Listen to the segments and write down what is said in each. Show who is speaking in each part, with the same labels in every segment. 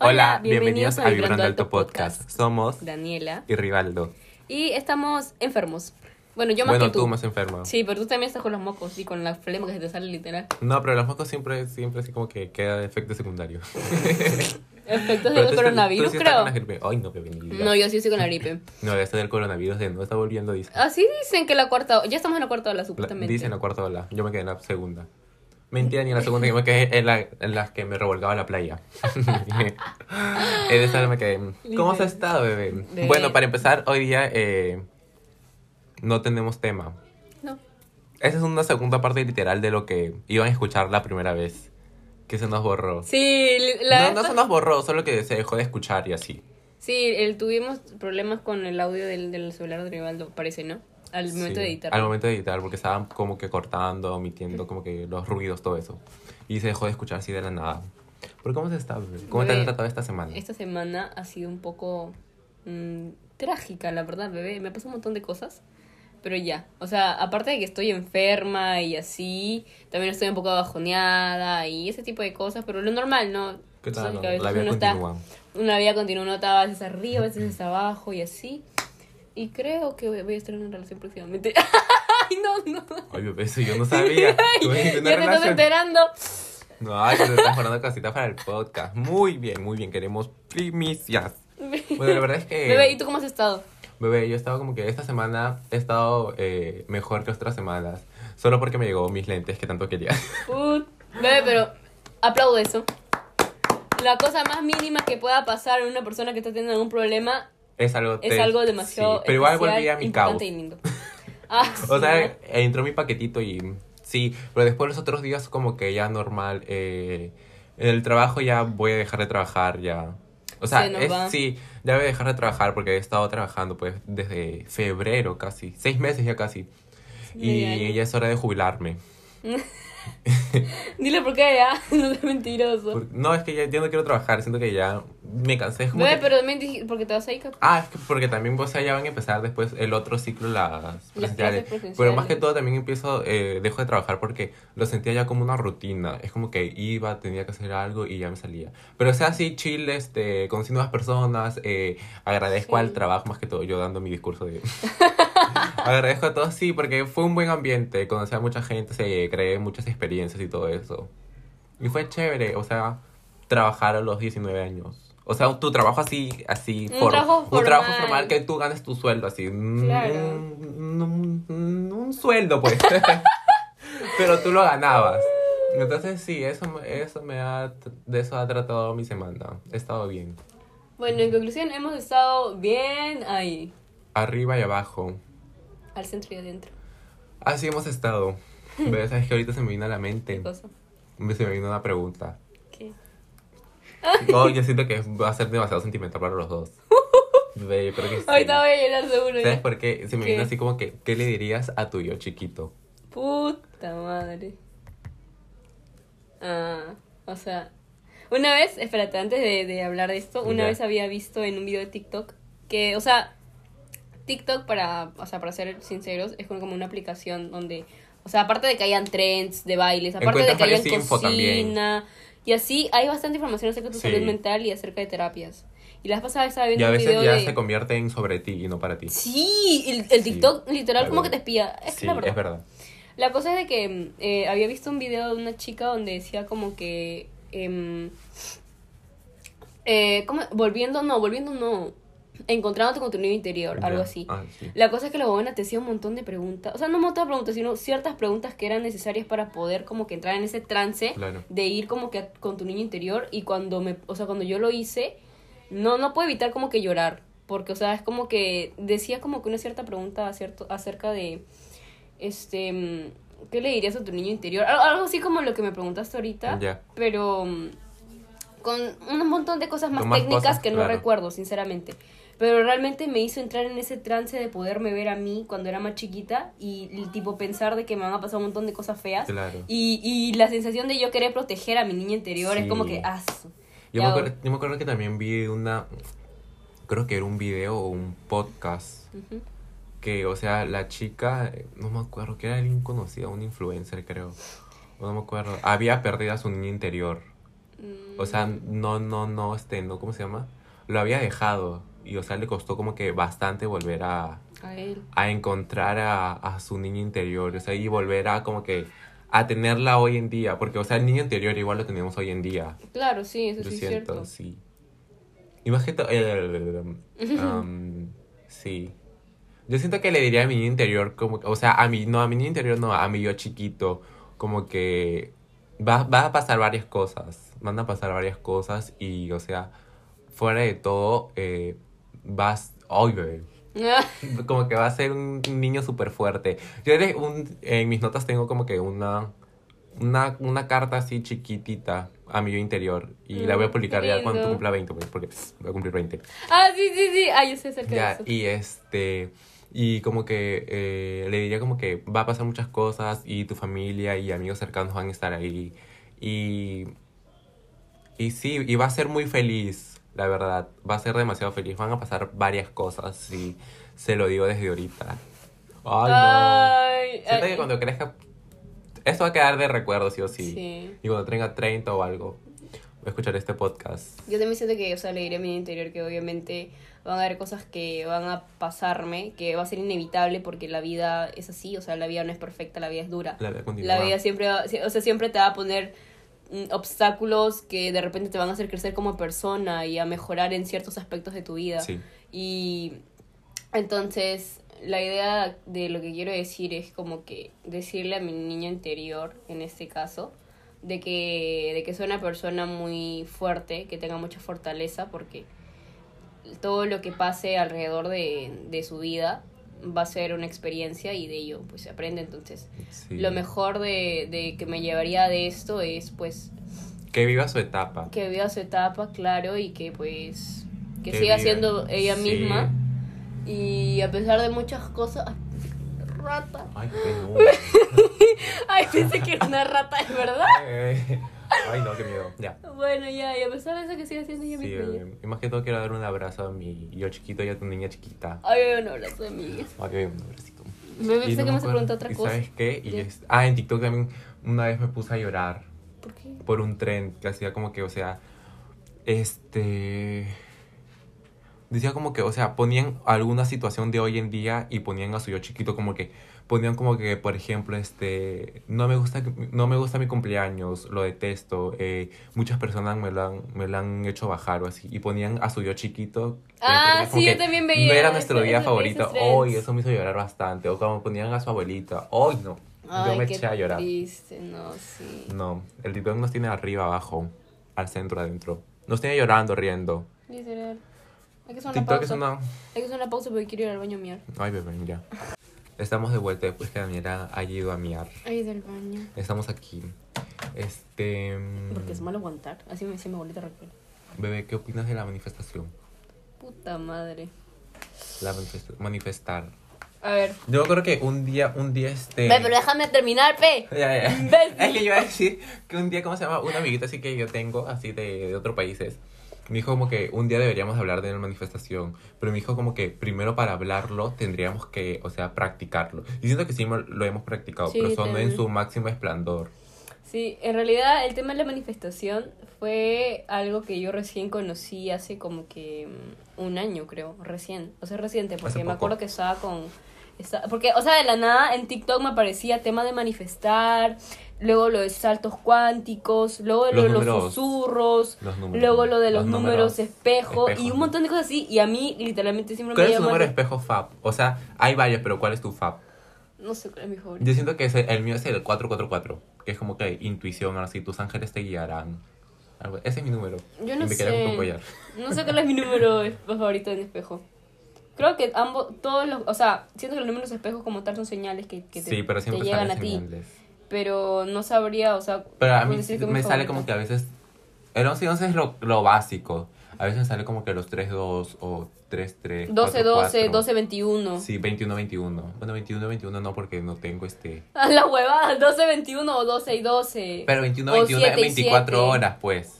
Speaker 1: Hola, bienvenidos, a Vibrando Alto Podcast. Somos
Speaker 2: Daniela.
Speaker 1: y Rivaldo.
Speaker 2: Y estamos enfermos. Bueno, yo más
Speaker 1: Bueno,
Speaker 2: que tú.
Speaker 1: tú más enfermo.
Speaker 2: Sí, pero tú también estás con los mocos y con la flema que se te sale literal.
Speaker 1: No, pero los mocos siempre, siempre así como que queda efecto secundario.
Speaker 2: Efectos
Speaker 1: Pero
Speaker 2: del
Speaker 1: tú
Speaker 2: coronavirus,
Speaker 1: estás- tú sí estás
Speaker 2: creo.
Speaker 1: con la gripe. Ay, no, qué bendiga.
Speaker 2: No, yo sí estoy con la gripe.
Speaker 1: No, esto del coronavirus de no está volviendo, dice.
Speaker 2: Así dicen que la cuarta. Ya estamos en la cuarta ola,
Speaker 1: La-
Speaker 2: supuestamente.
Speaker 1: Dicen la cuarta ola. Yo me quedé en la segunda. Mentira, ni en la segunda, yo me quedé en la, en las que me revolcaba la playa. en esa me quedé. ¿Cómo has
Speaker 2: Literal.
Speaker 1: estado, bebé?
Speaker 2: Bebé.
Speaker 1: Bueno, para empezar, hoy día eh, no tenemos tema.
Speaker 2: No.
Speaker 1: Esa es una segunda parte literal de lo que iban a escuchar la primera vez. Que se nos borró.
Speaker 2: Sí, la
Speaker 1: no, no se nos borró, solo que se dejó de escuchar y así.
Speaker 2: sí el, tuvimos problemas con el audio del, del celular de Rivaldo, parece, ¿no? Al momento
Speaker 1: Sí,
Speaker 2: de editar.
Speaker 1: Al momento de editar, porque estaban como que cortando, omitiendo como que los ruidos, todo eso. Y se dejó de escuchar así de la nada. ¿Pero cómo se está? bebé? ¿Cómo te
Speaker 2: Bebé,
Speaker 1: han tratado esta semana?
Speaker 2: Esta semana ha sido un poco mm, trágica, la verdad, bebé. Me pasó un montón de cosas. Pero ya, o sea, aparte de que estoy enferma y así, también estoy un poco bajoneada y ese tipo de cosas, pero lo normal, ¿no?
Speaker 1: ¿Qué
Speaker 2: Sabes
Speaker 1: tal?
Speaker 2: que a veces
Speaker 1: La vida
Speaker 2: uno está-
Speaker 1: continúa.
Speaker 2: una vida continua, uno está a veces arriba, a veces está abajo y así. Y creo que voy voy a estar en una relación próximamente. Ay, no, no.
Speaker 1: Ay, bebé, eso yo no sabía. Tú
Speaker 2: ya
Speaker 1: dijiste
Speaker 2: te
Speaker 1: una
Speaker 2: estás
Speaker 1: relación.
Speaker 2: enterando.
Speaker 1: No, ay, que te estás guardando cositas para el podcast. Muy bien, muy bien. Queremos primicias. Bueno, la verdad es que...
Speaker 2: Bebé, ¿y tú cómo has estado?
Speaker 1: Bebé, yo estaba como que esta semana he estado eh, mejor que otras semanas. Solo porque me llegó mis lentes que tanto quería.
Speaker 2: Uh, bebé, pero aplaudo eso. La cosa más mínima que pueda pasar a una persona que está teniendo algún problema
Speaker 1: Es algo...
Speaker 2: es
Speaker 1: te-
Speaker 2: algo
Speaker 1: sí,
Speaker 2: demasiado
Speaker 1: Pero igual
Speaker 2: especial,
Speaker 1: volví a mi
Speaker 2: importante
Speaker 1: caos.
Speaker 2: y lindo. Ah,
Speaker 1: O
Speaker 2: sí,
Speaker 1: sea, eh,
Speaker 2: ¿no?
Speaker 1: entró mi paquetito y... Sí, pero después los otros días como que ya normal. eh, en el trabajo ya voy a dejar de trabajar ya. O sea,
Speaker 2: Se nos
Speaker 1: es-
Speaker 2: va.
Speaker 1: sí, ya voy a dejar de trabajar porque he estado trabajando pues desde febrero casi. Seis meses ya casi.
Speaker 2: Medio
Speaker 1: Y
Speaker 2: año.
Speaker 1: ya es hora de jubilarme.
Speaker 2: Dile por qué, ya. No seas mentiroso.
Speaker 1: Por- No, es que ya, ya no quiero trabajar, siento que ya me cansé. es como
Speaker 2: Bebé,
Speaker 1: que-
Speaker 2: pero también dije, porque te vas a ir cap-
Speaker 1: Ah, es que porque también, o sea, ya van a empezar después el otro ciclo, las presenciales.
Speaker 2: presenciales.
Speaker 1: Pero más que todo también empiezo, eh, dejo de trabajar porque lo sentía ya como una rutina. Es como que iba, tenía que hacer algo y ya me salía. Pero o sea así, chill, este, conocí nuevas personas, eh, agradezco
Speaker 2: Sí.
Speaker 1: al trabajo más que todo, yo dando mi discurso de... agradezco a todos, sí, porque fue un buen ambiente, conocí a mucha gente, se creé muchas experiencias y todo eso. Y fue chévere, o sea, trabajar a los 19 años. O sea, tu trabajo así, así,
Speaker 2: Un trabajo
Speaker 1: un trabajo
Speaker 2: formal.
Speaker 1: formal que tú ganes tu sueldo así. mm,
Speaker 2: Claro.
Speaker 1: Un, un- un- un sueldo, pues. Pero tú lo ganabas. Entonces, sí, eso, me- eso me ha, de eso ha tratado mi semana. He estado bien.
Speaker 2: Bueno, en conclusión, hemos estado bien ahí,
Speaker 1: Arriba y abajo.
Speaker 2: al centro y adentro.
Speaker 1: Así hemos estado. Pero sabes que ahorita se me vino a la mente.
Speaker 2: ¿Qué cosa?
Speaker 1: Me- Se me vino una pregunta.
Speaker 2: ¿Qué?
Speaker 1: Oh, yo siento que va a ser demasiado sentimental para los dos. Ve, yo creo que sí.
Speaker 2: Ahorita voy a llorar seguro.
Speaker 1: ¿Sabes
Speaker 2: ya.
Speaker 1: por qué? Se me
Speaker 2: ¿Qué?
Speaker 1: vino así como que, ¿qué le dirías a tu yo chiquito?
Speaker 2: Puta madre. Ah, o sea. Una vez, espérate, antes de, de hablar de esto, una
Speaker 1: Ya.
Speaker 2: vez había visto en un video de TikTok que, o sea, TikTok, para, o sea, para ser sinceros, es como como una aplicación donde, o sea, aparte de que hayan trends de bailes, aparte de que
Speaker 1: Encuentras
Speaker 2: hayan
Speaker 1: varias info también.
Speaker 2: cocina, y así, hay bastante información acerca de tu
Speaker 1: Sí.
Speaker 2: salud mental y acerca de terapias. Y la vez pasada estaba
Speaker 1: Y
Speaker 2: viendo
Speaker 1: a
Speaker 2: un
Speaker 1: veces
Speaker 2: video
Speaker 1: ya
Speaker 2: de...
Speaker 1: se convierte en sobre ti y no para ti.
Speaker 2: Sí, el, el
Speaker 1: Sí,
Speaker 2: TikTok literal
Speaker 1: la
Speaker 2: como que
Speaker 1: verdad.
Speaker 2: te espía. Es que
Speaker 1: Sí,
Speaker 2: la verdad.
Speaker 1: es verdad.
Speaker 2: La cosa es de que mm, eh, había visto un video de una chica donde decía como que... em, eh, ¿cómo? Volviendo, no, volviendo no. Encontrándote con tu niño interior, algo
Speaker 1: Ya.
Speaker 2: así.
Speaker 1: Ah, sí.
Speaker 2: La cosa es que la bobona te hacía un montón de preguntas. O sea, no un montón de preguntas, sino ciertas preguntas que eran necesarias para poder como que entrar en ese trance
Speaker 1: Claro.
Speaker 2: de ir como que a- con tu niño interior. Y cuando me, o sea, cuando yo lo hice, no, no puedo evitar como que llorar. Porque, o sea, es como que decía como que una cierta pregunta acierto- acerca de, este, mm, ¿qué le dirías a tu niño interior? Al- Algo así como lo que me preguntaste ahorita.
Speaker 1: Ya.
Speaker 2: Pero mm, con un montón de cosas más,
Speaker 1: Con más
Speaker 2: técnicas
Speaker 1: cosas,
Speaker 2: que no
Speaker 1: claro.
Speaker 2: recuerdo, sinceramente. Pero realmente me hizo entrar en ese trance de poderme ver a mí cuando era más chiquita y el tipo pensar de que me van a pasar un montón de cosas feas.
Speaker 1: Claro.
Speaker 2: Y, y la sensación de yo querer proteger a mi niña interior es
Speaker 1: Sí.
Speaker 2: como que... Ah, su- Ya
Speaker 1: Yo, me
Speaker 2: voy.
Speaker 1: acuerdo, yo me acuerdo que también vi una. Creo que era un video o un podcast.
Speaker 2: Ujú.
Speaker 1: Que, o sea, la chica. eh, No me acuerdo, que era alguien conocido, un influencer, creo. No me acuerdo. Había perdido a su niño interior.
Speaker 2: Mm,
Speaker 1: O sea, no, no, no, este, no, ¿cómo se llama? Lo había dejado y, o sea, le costó como que bastante volver a,
Speaker 2: A él.
Speaker 1: a encontrar a, a su niño interior, o sea, y volver a como que a tenerla hoy en día, porque, o sea, el niño interior igual lo tenemos hoy en día.
Speaker 2: Claro, sí, eso
Speaker 1: Yo
Speaker 2: sí es cierto.
Speaker 1: siento, sí. Y más que todo, sí. Yo siento que le diría a mi niño interior, como, que- o sea, a mi, no, a mi niño interior no, a mi yo chiquito, como que va, va a pasar varias cosas, van a pasar varias cosas y, o sea, fuera de todo, eh, vas, ay, bebé, como que va a ser un niño súper fuerte. Yo eres un, en mis notas tengo como que una, una, una carta así chiquitita a mi yo interior. Y la voy a
Speaker 2: Mm,
Speaker 1: publicar
Speaker 2: qué
Speaker 1: ya cuando
Speaker 2: lindo.
Speaker 1: cumpla 20, pues, porque pss, voy a cumplir 20.
Speaker 2: ah, sí, sí, sí. Ah, yo sé acerca de
Speaker 1: Ya,
Speaker 2: eso.
Speaker 1: y este, y como que eh, le diría como que va a pasar muchas cosas y tu familia y amigos cercanos van a estar ahí. Y, y sí, y va a ser muy feliz, la verdad. Va a ser demasiado feliz. Van a pasar varias cosas y se lo digo desde ahorita. Ay,
Speaker 2: Ay,
Speaker 1: no. Siento
Speaker 2: ay,
Speaker 1: que cuando crezca, esto va a quedar de recuerdo, sí o sí.
Speaker 2: Sí.
Speaker 1: Y cuando tenga 30 o algo, voy a escuchar este podcast.
Speaker 2: Yo también siento que, o sea, le diré a mi interior que obviamente van a haber cosas que van a pasarme, que va a ser inevitable porque la vida es así, o sea, la vida no es perfecta, la vida es dura.
Speaker 1: La vida continúa.
Speaker 2: La vida siempre, va- o sea, siempre te va a poner mm, obstáculos que de repente te van a hacer crecer como persona y a mejorar en ciertos aspectos de tu vida.
Speaker 1: Sí.
Speaker 2: Y entonces la idea de lo que quiero decir es como que decirle a mi niño interior, en este caso, de que, de que sea una persona muy fuerte, que tenga mucha fortaleza, porque todo lo que pase alrededor de, de su vida va a ser una experiencia y de ello pues se aprende. Entonces,
Speaker 1: sí.
Speaker 2: lo mejor de, de que me llevaría de esto es pues
Speaker 1: Que viva su etapa.
Speaker 2: que viva su etapa, claro, y que pues que,
Speaker 1: Que
Speaker 2: siga
Speaker 1: viva.
Speaker 2: siendo ella
Speaker 1: Sí.
Speaker 2: misma. Y a pesar de muchas cosas. ¡Ay, ¡Rata!
Speaker 1: Ay, qué no.
Speaker 2: Ay, pensé que era una rata, ¿es verdad?
Speaker 1: Eh, Ay, no, qué miedo. Ya.
Speaker 2: Bueno, ya, y a pesar de eso que siga siendo
Speaker 1: Sí,
Speaker 2: ella misma. ya.
Speaker 1: eh, y más que todo quiero dar un abrazo a mi yo chiquito y a tu niña chiquita.
Speaker 2: Ay, un abrazo, amigas.
Speaker 1: Ay, qué un abracito.
Speaker 2: Me
Speaker 1: Y
Speaker 2: Ah. pensé que me
Speaker 1: no
Speaker 2: vas a
Speaker 1: acuerdo-
Speaker 2: preguntar otra
Speaker 1: ¿y
Speaker 2: cosa.
Speaker 1: ¿Sabes qué? Y
Speaker 2: Ya.
Speaker 1: es- ah, en TikTok también una vez me puse a llorar
Speaker 2: ¿Por qué?
Speaker 1: por un tren que hacía como que, o sea, este... Decía como que, o sea, ponían alguna situación de hoy en día y ponían a su yo chiquito como que, ponían como que, por ejemplo, este, no me gusta, que- no me gusta mi cumpleaños, lo detesto, eh, muchas personas me lo, han, me lo han hecho bajar o así, y ponían a su yo chiquito. que
Speaker 2: Ah,
Speaker 1: era como
Speaker 2: sí, yo
Speaker 1: que
Speaker 2: también veía
Speaker 1: No era
Speaker 2: ese-
Speaker 1: nuestro
Speaker 2: ese-
Speaker 1: día
Speaker 2: esos
Speaker 1: favorito,
Speaker 2: trends.
Speaker 1: hoy eso me hizo llorar bastante, o como ponían a su abuelita, hoy no,
Speaker 2: Ay,
Speaker 1: yo me
Speaker 2: qué
Speaker 1: eché a llorar.
Speaker 2: triste, no, sí.
Speaker 1: No, el TikTok nos tiene arriba, abajo, al centro, adentro. Nos tiene llorando, riendo.
Speaker 2: Literal. Hay que hacer una
Speaker 1: Mm. TikTok es
Speaker 2: pausa.
Speaker 1: una...
Speaker 2: Hay que hacer una pausa porque quiero ir al baño a miar.
Speaker 1: Ay, bebé, ya. Estamos de vuelta después que Daniela ha ido a miar.
Speaker 2: Ay, del baño.
Speaker 1: Estamos aquí. Este... mm,
Speaker 2: Porque es malo aguantar. Así me decía mi abuelita recuerdo.
Speaker 1: Bebé, ¿qué opinas de la manifestación?
Speaker 2: Puta madre.
Speaker 1: La manifest- manifestar.
Speaker 2: A ver.
Speaker 1: Yo creo que un día, un día este...
Speaker 2: Ve, pero déjame terminar, pe.
Speaker 1: Ya, ya.
Speaker 2: Imbécil.
Speaker 1: Es que yo iba a decir que un día, ¿cómo se llama? Una amiguita así que yo tengo, así de, de otros países, me dijo como que un día deberíamos hablar de la manifestación, pero me dijo como que primero para hablarlo tendríamos que, o sea, practicarlo. Y siento que sí mo- lo hemos practicado,
Speaker 2: Sí,
Speaker 1: pero son
Speaker 2: también.
Speaker 1: en su máximo esplendor.
Speaker 2: Sí, en realidad el tema de la manifestación fue algo que yo recién conocí hace como que mm, un año, creo, recién. O sea, reciente, porque me
Speaker 1: poco.
Speaker 2: acuerdo que estaba con... esta- porque, o sea, de la nada en TikTok me aparecía tema de manifestar, luego lo de saltos cuánticos, luego lo
Speaker 1: Los
Speaker 2: de los
Speaker 1: números.
Speaker 2: susurros,
Speaker 1: Los números.
Speaker 2: luego lo de los, números,
Speaker 1: números
Speaker 2: espejo,
Speaker 1: espejo,
Speaker 2: y un
Speaker 1: ¿no?
Speaker 2: montón de cosas así. Y a mí literalmente siempre
Speaker 1: ¿Cuál
Speaker 2: me
Speaker 1: es tu
Speaker 2: llaman...
Speaker 1: número de espejo FAB? O sea, hay varios, pero ¿cuál es tu FAB?
Speaker 2: No sé cuál es mi favorito.
Speaker 1: Yo siento que es el, el mío es el 444, que es como que intuición, así tus ángeles te guiarán. Algo- Ese es mi número.
Speaker 2: Yo
Speaker 1: Y
Speaker 2: no
Speaker 1: me quedé con
Speaker 2: sé.
Speaker 1: tu collar.
Speaker 2: No sé cuál es mi número espe- favorito en espejo. Creo que ambos, todos los, o sea, siento que los números espejos como tal son señales que, que te,
Speaker 1: sí, pero siempre
Speaker 2: te llegan a
Speaker 1: están
Speaker 2: ti.
Speaker 1: enseñables.
Speaker 2: Pero no sabría, o sea,
Speaker 1: Pero a
Speaker 2: puedo
Speaker 1: mí
Speaker 2: decir que mi
Speaker 1: me sale
Speaker 2: favorito.
Speaker 1: como que a veces. El 11 y 11 es lo, lo básico. A veces me sale como que los 3-2 o 3-3.
Speaker 2: 12, 12, 12, 21.
Speaker 1: Sí, 21-21. Bueno, 21-21 no, porque no tengo este.
Speaker 2: A la huevada, 12, 21 o 12 y 12.
Speaker 1: Pero 21-21
Speaker 2: O
Speaker 1: es
Speaker 2: siete y
Speaker 1: 24
Speaker 2: siete.
Speaker 1: horas, pues.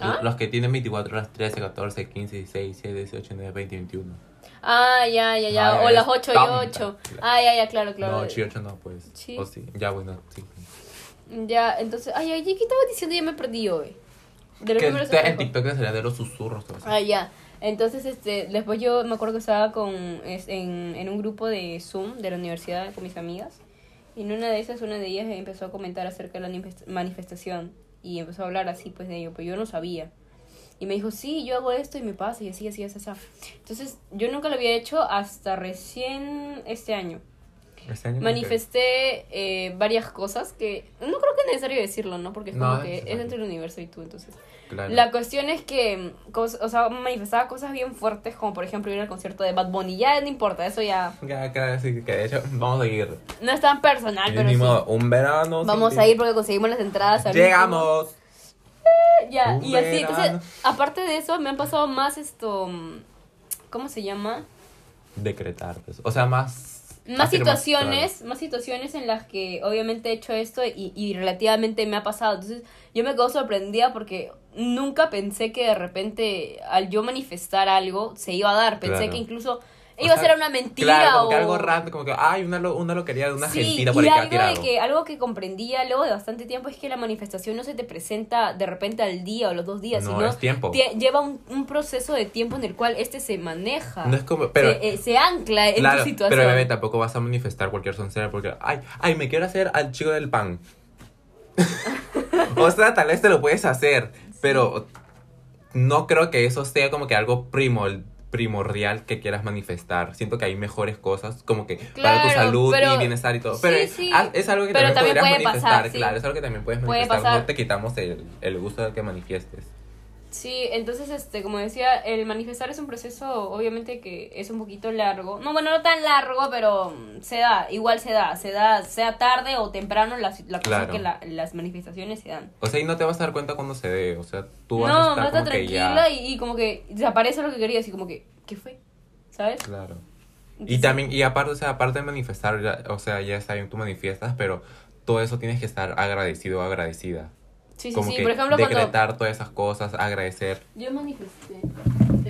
Speaker 2: ¿Ah?
Speaker 1: Los que tienen 24 horas, 13, 14, 15, 16, 17, 18, 19, 20, 21.
Speaker 2: Ah, ya, ya, ya.
Speaker 1: Ay,
Speaker 2: o
Speaker 1: eres
Speaker 2: las 8 y
Speaker 1: tonta.
Speaker 2: 8. Ah, ya, ya, claro, claro.
Speaker 1: No, 18 no, pues.
Speaker 2: Sí.
Speaker 1: O sí. Ya, bueno, sí.
Speaker 2: Ya, entonces, ay, ay, ¿qué estaba diciendo? Ya me perdí hoy. De lo
Speaker 1: Que
Speaker 2: primero que se
Speaker 1: está
Speaker 2: me
Speaker 1: en
Speaker 2: dijo.
Speaker 1: TikTok salía de los susurros. todo eso.
Speaker 2: Ah, ya. Entonces, este, después yo me acuerdo que estaba con, es- en, en un grupo de Zoom de la universidad con mis amigas. Y en una de esas, una de ellas empezó a comentar acerca de la manifest- manifestación. Y empezó a hablar así, pues, de ello. Pero yo no sabía. Y me dijo, sí, yo hago esto y me pasa. Y así, así, así, así. Entonces, yo nunca lo había hecho hasta recién este año.
Speaker 1: Este año
Speaker 2: Manifesté eh, varias cosas que no creo que es necesario decirlo, ¿no? Porque es
Speaker 1: No,
Speaker 2: como
Speaker 1: es
Speaker 2: que es
Speaker 1: necesario.
Speaker 2: entre el universo y tú, entonces.
Speaker 1: Claro.
Speaker 2: La cuestión es que, mm, cos- o sea, manifestaba cosas bien fuertes, como por ejemplo ir al concierto de Bad Bunny. Ya no importa, eso ya
Speaker 1: Ya, claro, sí, que de hecho vamos a seguir.
Speaker 2: no es tan personal, Ah, pero sí.
Speaker 1: un verano. sin
Speaker 2: Vamos
Speaker 1: ti.
Speaker 2: a ir porque conseguimos las entradas. al
Speaker 1: Llegamos.
Speaker 2: último. Ya,
Speaker 1: Un
Speaker 2: y así,
Speaker 1: verano.
Speaker 2: entonces, aparte de eso, me han pasado más esto. mm, ¿Cómo se llama?
Speaker 1: Decretar. pues. O sea, más.
Speaker 2: Más
Speaker 1: afirma-
Speaker 2: situaciones, más situaciones en las que obviamente he hecho esto y, y relativamente me ha pasado. Entonces yo me quedo sorprendida porque nunca pensé que de repente al yo manifestar algo se iba a dar. Pensé
Speaker 1: Claro.
Speaker 2: que incluso
Speaker 1: O
Speaker 2: iba a
Speaker 1: sea,
Speaker 2: ser una mentira
Speaker 1: Claro, como
Speaker 2: o
Speaker 1: que algo random, como que hay una, lo- una loquería de una
Speaker 2: Sí,
Speaker 1: Argentina por
Speaker 2: y
Speaker 1: ahí que ha
Speaker 2: algo,
Speaker 1: tirado.
Speaker 2: de que, algo que comprendía luego de bastante tiempo es que la manifestación no se te presenta de repente al día o los dos días,
Speaker 1: no,
Speaker 2: sino
Speaker 1: es tiempo.
Speaker 2: tie- lleva un, un proceso de tiempo en el cual este se maneja,
Speaker 1: No es como. Pero,
Speaker 2: se, eh, se ancla en
Speaker 1: claro,
Speaker 2: tu situación.
Speaker 1: pero bebé, tampoco vas a manifestar cualquier soncera porque, ay, ay, me quiero hacer al chico del pan. o sea, tal vez te lo puedes hacer, pero no creo que eso sea como que algo primol- primordial que quieras manifestar. Siento que hay mejores cosas como que para tu
Speaker 2: Claro,
Speaker 1: salud
Speaker 2: pero-
Speaker 1: y bienestar y todo.
Speaker 2: sí,
Speaker 1: Pero es,
Speaker 2: sí.
Speaker 1: ah, es algo que
Speaker 2: Pero también
Speaker 1: también, podrías
Speaker 2: puede
Speaker 1: manifestar,
Speaker 2: pasar, sí.
Speaker 1: claro, es algo que también puedes
Speaker 2: Puede
Speaker 1: manifestar.
Speaker 2: pasar.
Speaker 1: No te quitamos el, el gusto de que manifiestes.
Speaker 2: Sí, entonces, este, como decía, el manifestar es un proceso, obviamente, que es un poquito largo. No, bueno, no tan largo, pero mm, se da, igual se da, se da, sea tarde o temprano, la, la cosa es
Speaker 1: Claro.
Speaker 2: que la- las manifestaciones se dan.
Speaker 1: O sea, y no te vas a dar cuenta cuando se dé. O sea, tú vas a
Speaker 2: no,
Speaker 1: estar
Speaker 2: vas a
Speaker 1: como que ya.
Speaker 2: tranquila y, y como que desaparece lo que querías y como que, ¿qué fue? ¿Sabes?
Speaker 1: Claro. Y
Speaker 2: Entonces,
Speaker 1: también, y aparte, o sea, aparte de manifestar, ya- o sea, ya está bien, tú manifiestas, pero todo eso tienes que estar agradecido o agradecida.
Speaker 2: Sí, sí,
Speaker 1: Como
Speaker 2: sí.
Speaker 1: que
Speaker 2: Por ejemplo, cuando
Speaker 1: decretar todas esas cosas, agradecer.
Speaker 2: yo manifesté.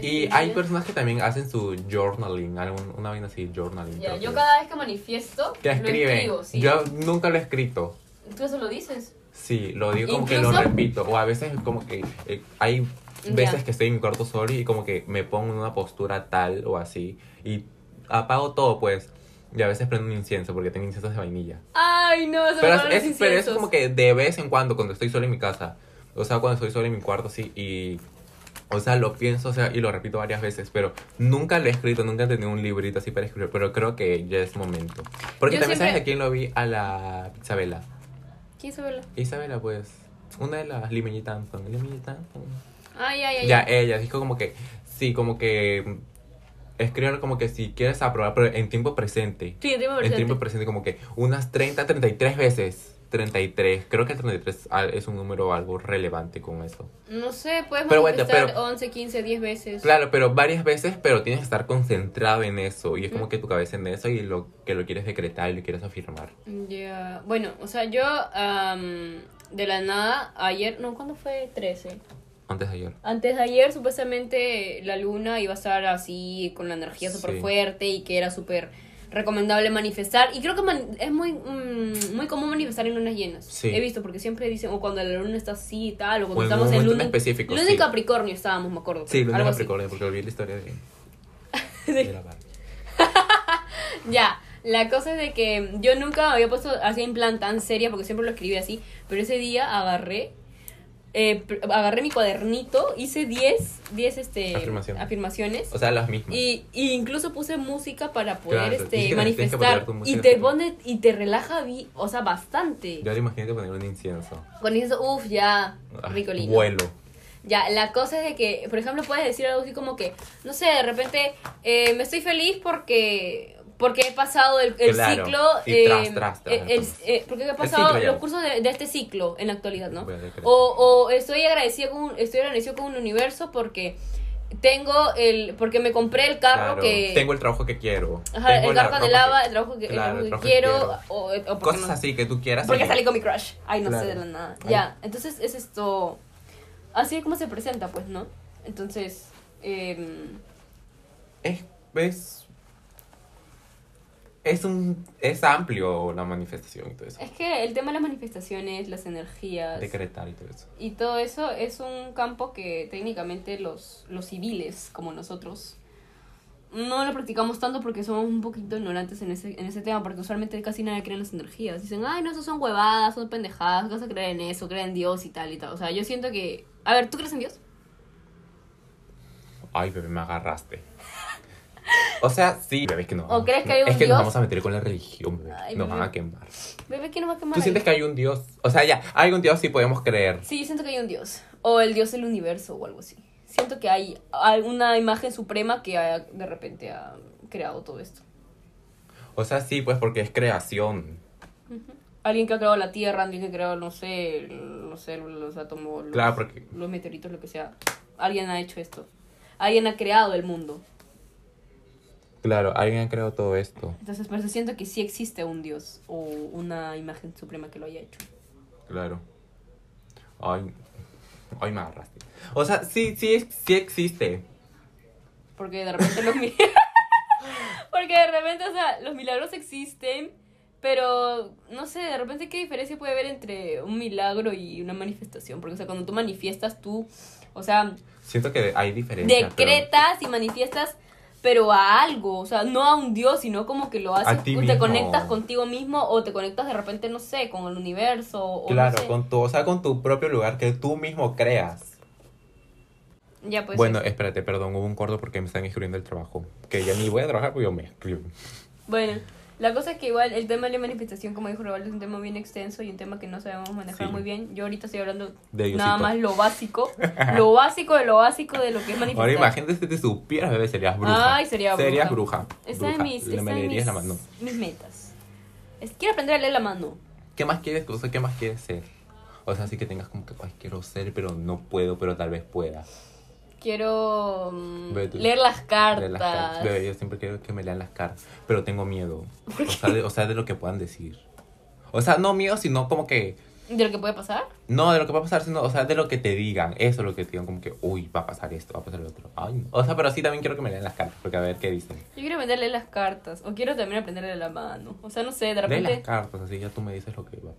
Speaker 1: Y hay personas que también hacen su journaling, algún, una vaina así, journaling.
Speaker 2: Ya,
Speaker 1: creo
Speaker 2: yo
Speaker 1: que
Speaker 2: cada vez que manifiesto,
Speaker 1: es. que escriben.
Speaker 2: lo escribo, sí.
Speaker 1: Yo nunca lo he escrito.
Speaker 2: Tú eso lo dices.
Speaker 1: Sí, lo digo como que lo
Speaker 2: Incluso-
Speaker 1: repito. O a veces como que eh, hay veces
Speaker 2: Ya.
Speaker 1: que estoy en mi cuarto solo y como que me pongo en una postura tal o así. Y apago todo pues. Y a veces prendo un incienso porque tengo inciensos de vainilla.
Speaker 2: Ay, no, se me
Speaker 1: Pero
Speaker 2: acabaron
Speaker 1: es,
Speaker 2: los
Speaker 1: es- pero es
Speaker 2: inciensos.
Speaker 1: como que de vez en cuando, cuando estoy solo en mi casa. O sea, cuando estoy solo en mi cuarto, sí. Y, o sea, lo pienso o sea, y lo repito varias veces. Pero nunca lo he escrito, nunca he tenido un librito así para escribir. Pero creo que ya es momento. Porque
Speaker 2: Yo siempre-
Speaker 1: también, ¿sabes a quién lo vi? A la Isabela.
Speaker 2: ¿Quién sabe la-
Speaker 1: Isabela, pues, una de las limeñitas. Anton, limeñita Anton.
Speaker 2: Ay, ay, ay.
Speaker 1: Ya,
Speaker 2: ay.
Speaker 1: ella dijo como que, sí, como que... Escriban como que si quieres aprobar, pero en tiempo presente.
Speaker 2: Sí, en tiempo
Speaker 1: En
Speaker 2: presente.
Speaker 1: tiempo presente como que unas 30, 33 veces. 33. Creo que el 33 al- es un número algo relevante con eso.
Speaker 2: No sé, puedes
Speaker 1: Pero bueno,
Speaker 2: manifestar
Speaker 1: pero-
Speaker 2: 11, 15, 10 veces.
Speaker 1: Claro, pero varias veces, pero tienes que estar concentrado en eso. Y es como que tu cabeza en eso y lo que lo quieres decretar y lo quieres afirmar.
Speaker 2: Ya. Bueno, o sea, yo am, de la nada, ayer, no, ¿cuándo fue? 13.
Speaker 1: Antes de ayer.
Speaker 2: Antes de ayer, supuestamente, la luna iba a estar así, con la energía súper
Speaker 1: Sí.
Speaker 2: fuerte y que era súper recomendable manifestar. Y creo que man- es muy mm, muy común manifestar en lunas llenas.
Speaker 1: Sí.
Speaker 2: He visto, porque siempre dicen, o cuando la luna está así y tal, o cuando
Speaker 1: O en un
Speaker 2: estamos en
Speaker 1: momento en
Speaker 2: luna.
Speaker 1: específico,
Speaker 2: Luna
Speaker 1: sí.
Speaker 2: y Capricornio estábamos, me acuerdo.
Speaker 1: Sí, lo
Speaker 2: algo así.
Speaker 1: Capricornio, porque olvidé la historia de... de la Barbie.
Speaker 2: Ya, la cosa es de que yo nunca había puesto así en plan tan seria porque siempre lo escribí así, pero ese día agarré eh, pr- agarré mi cuadernito, hice 10 10 este
Speaker 1: Afirmaciones.
Speaker 2: afirmaciones,
Speaker 1: O sea, las mismas.
Speaker 2: y, y incluso puse música para poder
Speaker 1: Claro,
Speaker 2: este
Speaker 1: tienes que- tienes que
Speaker 2: manifestar
Speaker 1: poner tu música
Speaker 2: y te
Speaker 1: que-
Speaker 2: pone y te relaja vi- o sea, bastante.
Speaker 1: Ya ahora imagínate poner un incienso.
Speaker 2: Con eso, uff, ya,
Speaker 1: Ah,
Speaker 2: ricolino.
Speaker 1: Vuelo.
Speaker 2: Ya, la cosa es de que, por ejemplo, puedes decir algo así como que, no sé, de repente, eh, me estoy feliz porque porque he pasado el, el
Speaker 1: Claro,
Speaker 2: ciclo,
Speaker 1: sí,
Speaker 2: eh,
Speaker 1: tras, tras, tras,
Speaker 2: el- el-
Speaker 1: tras.
Speaker 2: eh, porque he
Speaker 1: ciclo
Speaker 2: pasado
Speaker 1: ya.
Speaker 2: los cursos de, de este ciclo en la actualidad, ¿no?
Speaker 1: Voy a decretar.
Speaker 2: O, o estoy agradecido con, estoy agradecido con un universo porque tengo el, porque me compré el carro
Speaker 1: Claro.
Speaker 2: que...
Speaker 1: Tengo el trabajo que quiero.
Speaker 2: Ajá,
Speaker 1: Tengo
Speaker 2: el
Speaker 1: la
Speaker 2: carro
Speaker 1: ropa
Speaker 2: de
Speaker 1: que-
Speaker 2: lava, el trabajo que, el
Speaker 1: Claro,
Speaker 2: trabajo
Speaker 1: el
Speaker 2: que
Speaker 1: trabajo que
Speaker 2: quiero,
Speaker 1: quiero.
Speaker 2: o, o porque
Speaker 1: Cosas
Speaker 2: no-
Speaker 1: así que tú quieras.
Speaker 2: porque
Speaker 1: y-
Speaker 2: salí con mi crush. Ay, no sé
Speaker 1: Claro.
Speaker 2: de la nada.
Speaker 1: Ay.
Speaker 2: Ya, entonces es esto. Así es como se presenta, pues, ¿no? Entonces, em,
Speaker 1: Es, es es un es amplio la manifestación y todo eso.
Speaker 2: Es que el tema de las manifestaciones, las energías
Speaker 1: Decretar y todo eso.
Speaker 2: y todo eso es un campo que técnicamente los, los civiles, como nosotros, no lo practicamos tanto porque somos un poquito ignorantes en ese, en ese tema, porque usualmente casi nadie cree en las energías. Dicen, ay, no, eso son huevadas, son pendejadas, ¿qué vas a creer en eso, creen en Dios y tal y tal. O sea, yo siento que... A ver, ¿tú crees en Dios?
Speaker 1: Ay, bebé, me agarraste. O sea, sí, bebé, es que no.
Speaker 2: ¿O crees que hay un
Speaker 1: Es que
Speaker 2: Dios?
Speaker 1: nos vamos a meter con la religión, bebé.
Speaker 2: Ay,
Speaker 1: nos
Speaker 2: bebé.
Speaker 1: van a quemar.
Speaker 2: Bebé, ¿quién nos va a quemar?
Speaker 1: ¿Tú sientes que hay un Dios? O sea, ya, hay un Dios sí podemos creer.
Speaker 2: Sí, yo siento que hay un dios. O el dios del universo o algo así. Siento que hay alguna imagen suprema que ha- de repente ha creado todo esto.
Speaker 1: O sea, sí, pues porque es creación.
Speaker 2: Alguien que ha creado la Tierra, alguien que ha creado, no sé, no sé, los átomos, los,
Speaker 1: Claro, porque-
Speaker 2: los meteoritos, lo que sea. Alguien ha hecho esto. Alguien ha creado el mundo.
Speaker 1: Claro, alguien ha creado todo esto.
Speaker 2: Entonces, por eso siento que sí existe un dios o una imagen suprema que lo haya hecho.
Speaker 1: Claro. Ay, ay, me agarraste. O sea, sí, sí, es- sí existe.
Speaker 2: Porque de repente los mi- Porque de repente, o sea, los milagros existen, pero no sé, de repente qué diferencia puede haber entre un milagro y una manifestación. Porque, o sea, cuando tú manifiestas, tú, o sea,
Speaker 1: Siento que hay diferencia. pero-
Speaker 2: decretas y manifiestas, pero a algo, o sea, no a un Dios, sino como que lo haces,
Speaker 1: A ti
Speaker 2: te
Speaker 1: mismo.
Speaker 2: conectas contigo mismo o te conectas de repente, no sé, con el universo. O no
Speaker 1: Claro,
Speaker 2: sé.
Speaker 1: con tu, o sea, con tu propio lugar que tú mismo creas.
Speaker 2: Ya pues.
Speaker 1: bueno,
Speaker 2: eso.
Speaker 1: espérate, perdón, hubo un corto porque me están escribiendo el trabajo. Que ya ni voy a trabajar porque yo me escribo.
Speaker 2: Bueno, la cosa es que igual el tema de la manifestación, como dijo Robaldo, es un tema bien extenso y un tema que no sabemos manejar
Speaker 1: Sí.
Speaker 2: muy bien. Yo ahorita estoy hablando
Speaker 1: De Diosito.
Speaker 2: nada más lo básico, lo básico de lo básico de lo que es manifestar.
Speaker 1: Ahora imagínate si te supieras, bebé, serías bruja.
Speaker 2: pues, Ay, sería bruja.
Speaker 1: Serías bruja.
Speaker 2: Esa es
Speaker 1: bruja.
Speaker 2: mis,
Speaker 1: Le
Speaker 2: esa es
Speaker 1: medirías
Speaker 2: mis,
Speaker 1: la mano.
Speaker 2: mis metas. Es, quiero aprender a leer la mano.
Speaker 1: ¿Qué más quieres? O sea, ¿qué más quieres ser? O sea, así que tengas como que, ay, quiero ser, pero no puedo, pero tal vez pueda.
Speaker 2: Quiero mm,
Speaker 1: Ve tú.
Speaker 2: leer las cartas.
Speaker 1: Leer las cartas. Bebé, yo siempre quiero que me lean las cartas, pero tengo miedo. O sea, de, o sea, de lo que puedan decir. O sea, no miedo, sino como que...
Speaker 2: De lo que puede pasar.
Speaker 1: No, de lo que va a pasar, sino, o sea, de lo que te digan. Eso es lo que te digan, como que, uy, va a pasar esto, va a pasar lo otro. Ay, no. O sea, pero sí también quiero que me lean las cartas, porque a ver qué dicen.
Speaker 2: Yo quiero aprender a leer las cartas. O quiero también aprender a leer la mano. O sea, no sé, de
Speaker 1: Lee
Speaker 2: repente.
Speaker 1: las cartas, así ya tú me dices lo que va.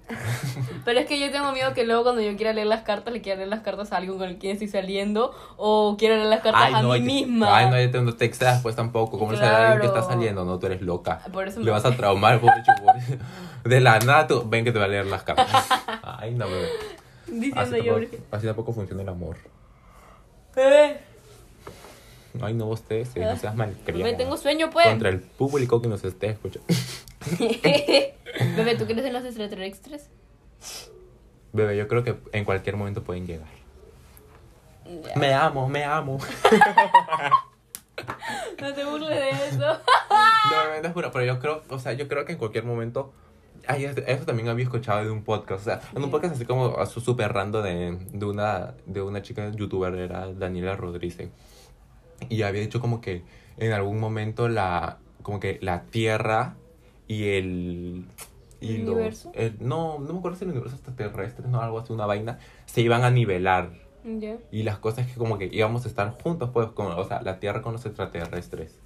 Speaker 2: Pero es que yo tengo miedo que luego cuando yo quiera leer las cartas, le quiera leer las cartas a alguien con el quien estoy saliendo o quiera leer las cartas a mí
Speaker 1: yo te-
Speaker 2: misma.
Speaker 1: Ay, no, yo te, no te excedas, pues tampoco. ¿Cómo le sabes a alguien que
Speaker 2: Claro.
Speaker 1: está saliendo? No, tú eres loca.
Speaker 2: Por eso
Speaker 1: Le
Speaker 2: me-
Speaker 1: vas a traumar, pobre chupón. De la nada, tú, ven que te va a leer las cartas. Ay, no, bebé.
Speaker 2: Diciendo
Speaker 1: Así
Speaker 2: yo,
Speaker 1: Ah, tampoco, así tampoco funciona el amor.
Speaker 2: bebé,
Speaker 1: Ay, no, vos te, no seas malcriada.
Speaker 2: bebé, tengo sueño, pues.
Speaker 1: Contra el público que nos esté escuchando.
Speaker 2: bebé, ¿tú crees en los extraterrestres?
Speaker 1: Bebé, yo creo que en cualquier momento pueden llegar.
Speaker 2: Ya,
Speaker 1: Me amo, me amo.
Speaker 2: No te burles de eso.
Speaker 1: No, no, no, juro, pero yo creo, o sea, yo creo que en cualquier momento. Ay, es- eso también había escuchado de un podcast. O sea, en un
Speaker 2: Ya.
Speaker 1: podcast así como a su super rando de, de, una, de una chica youtuber, era Daniela Rodríguez. Y había dicho como que en algún momento la. Como que la tierra y el. Y
Speaker 2: ¿El
Speaker 1: los-
Speaker 2: universo?
Speaker 1: el- no, no me acuerdo si el universo extraterrestre, no, algo así, una vaina. Se iban a nivelar.
Speaker 2: Ya.
Speaker 1: Y las cosas que como que íbamos a estar juntos, pues, con, o sea, la Tierra con los extraterrestres.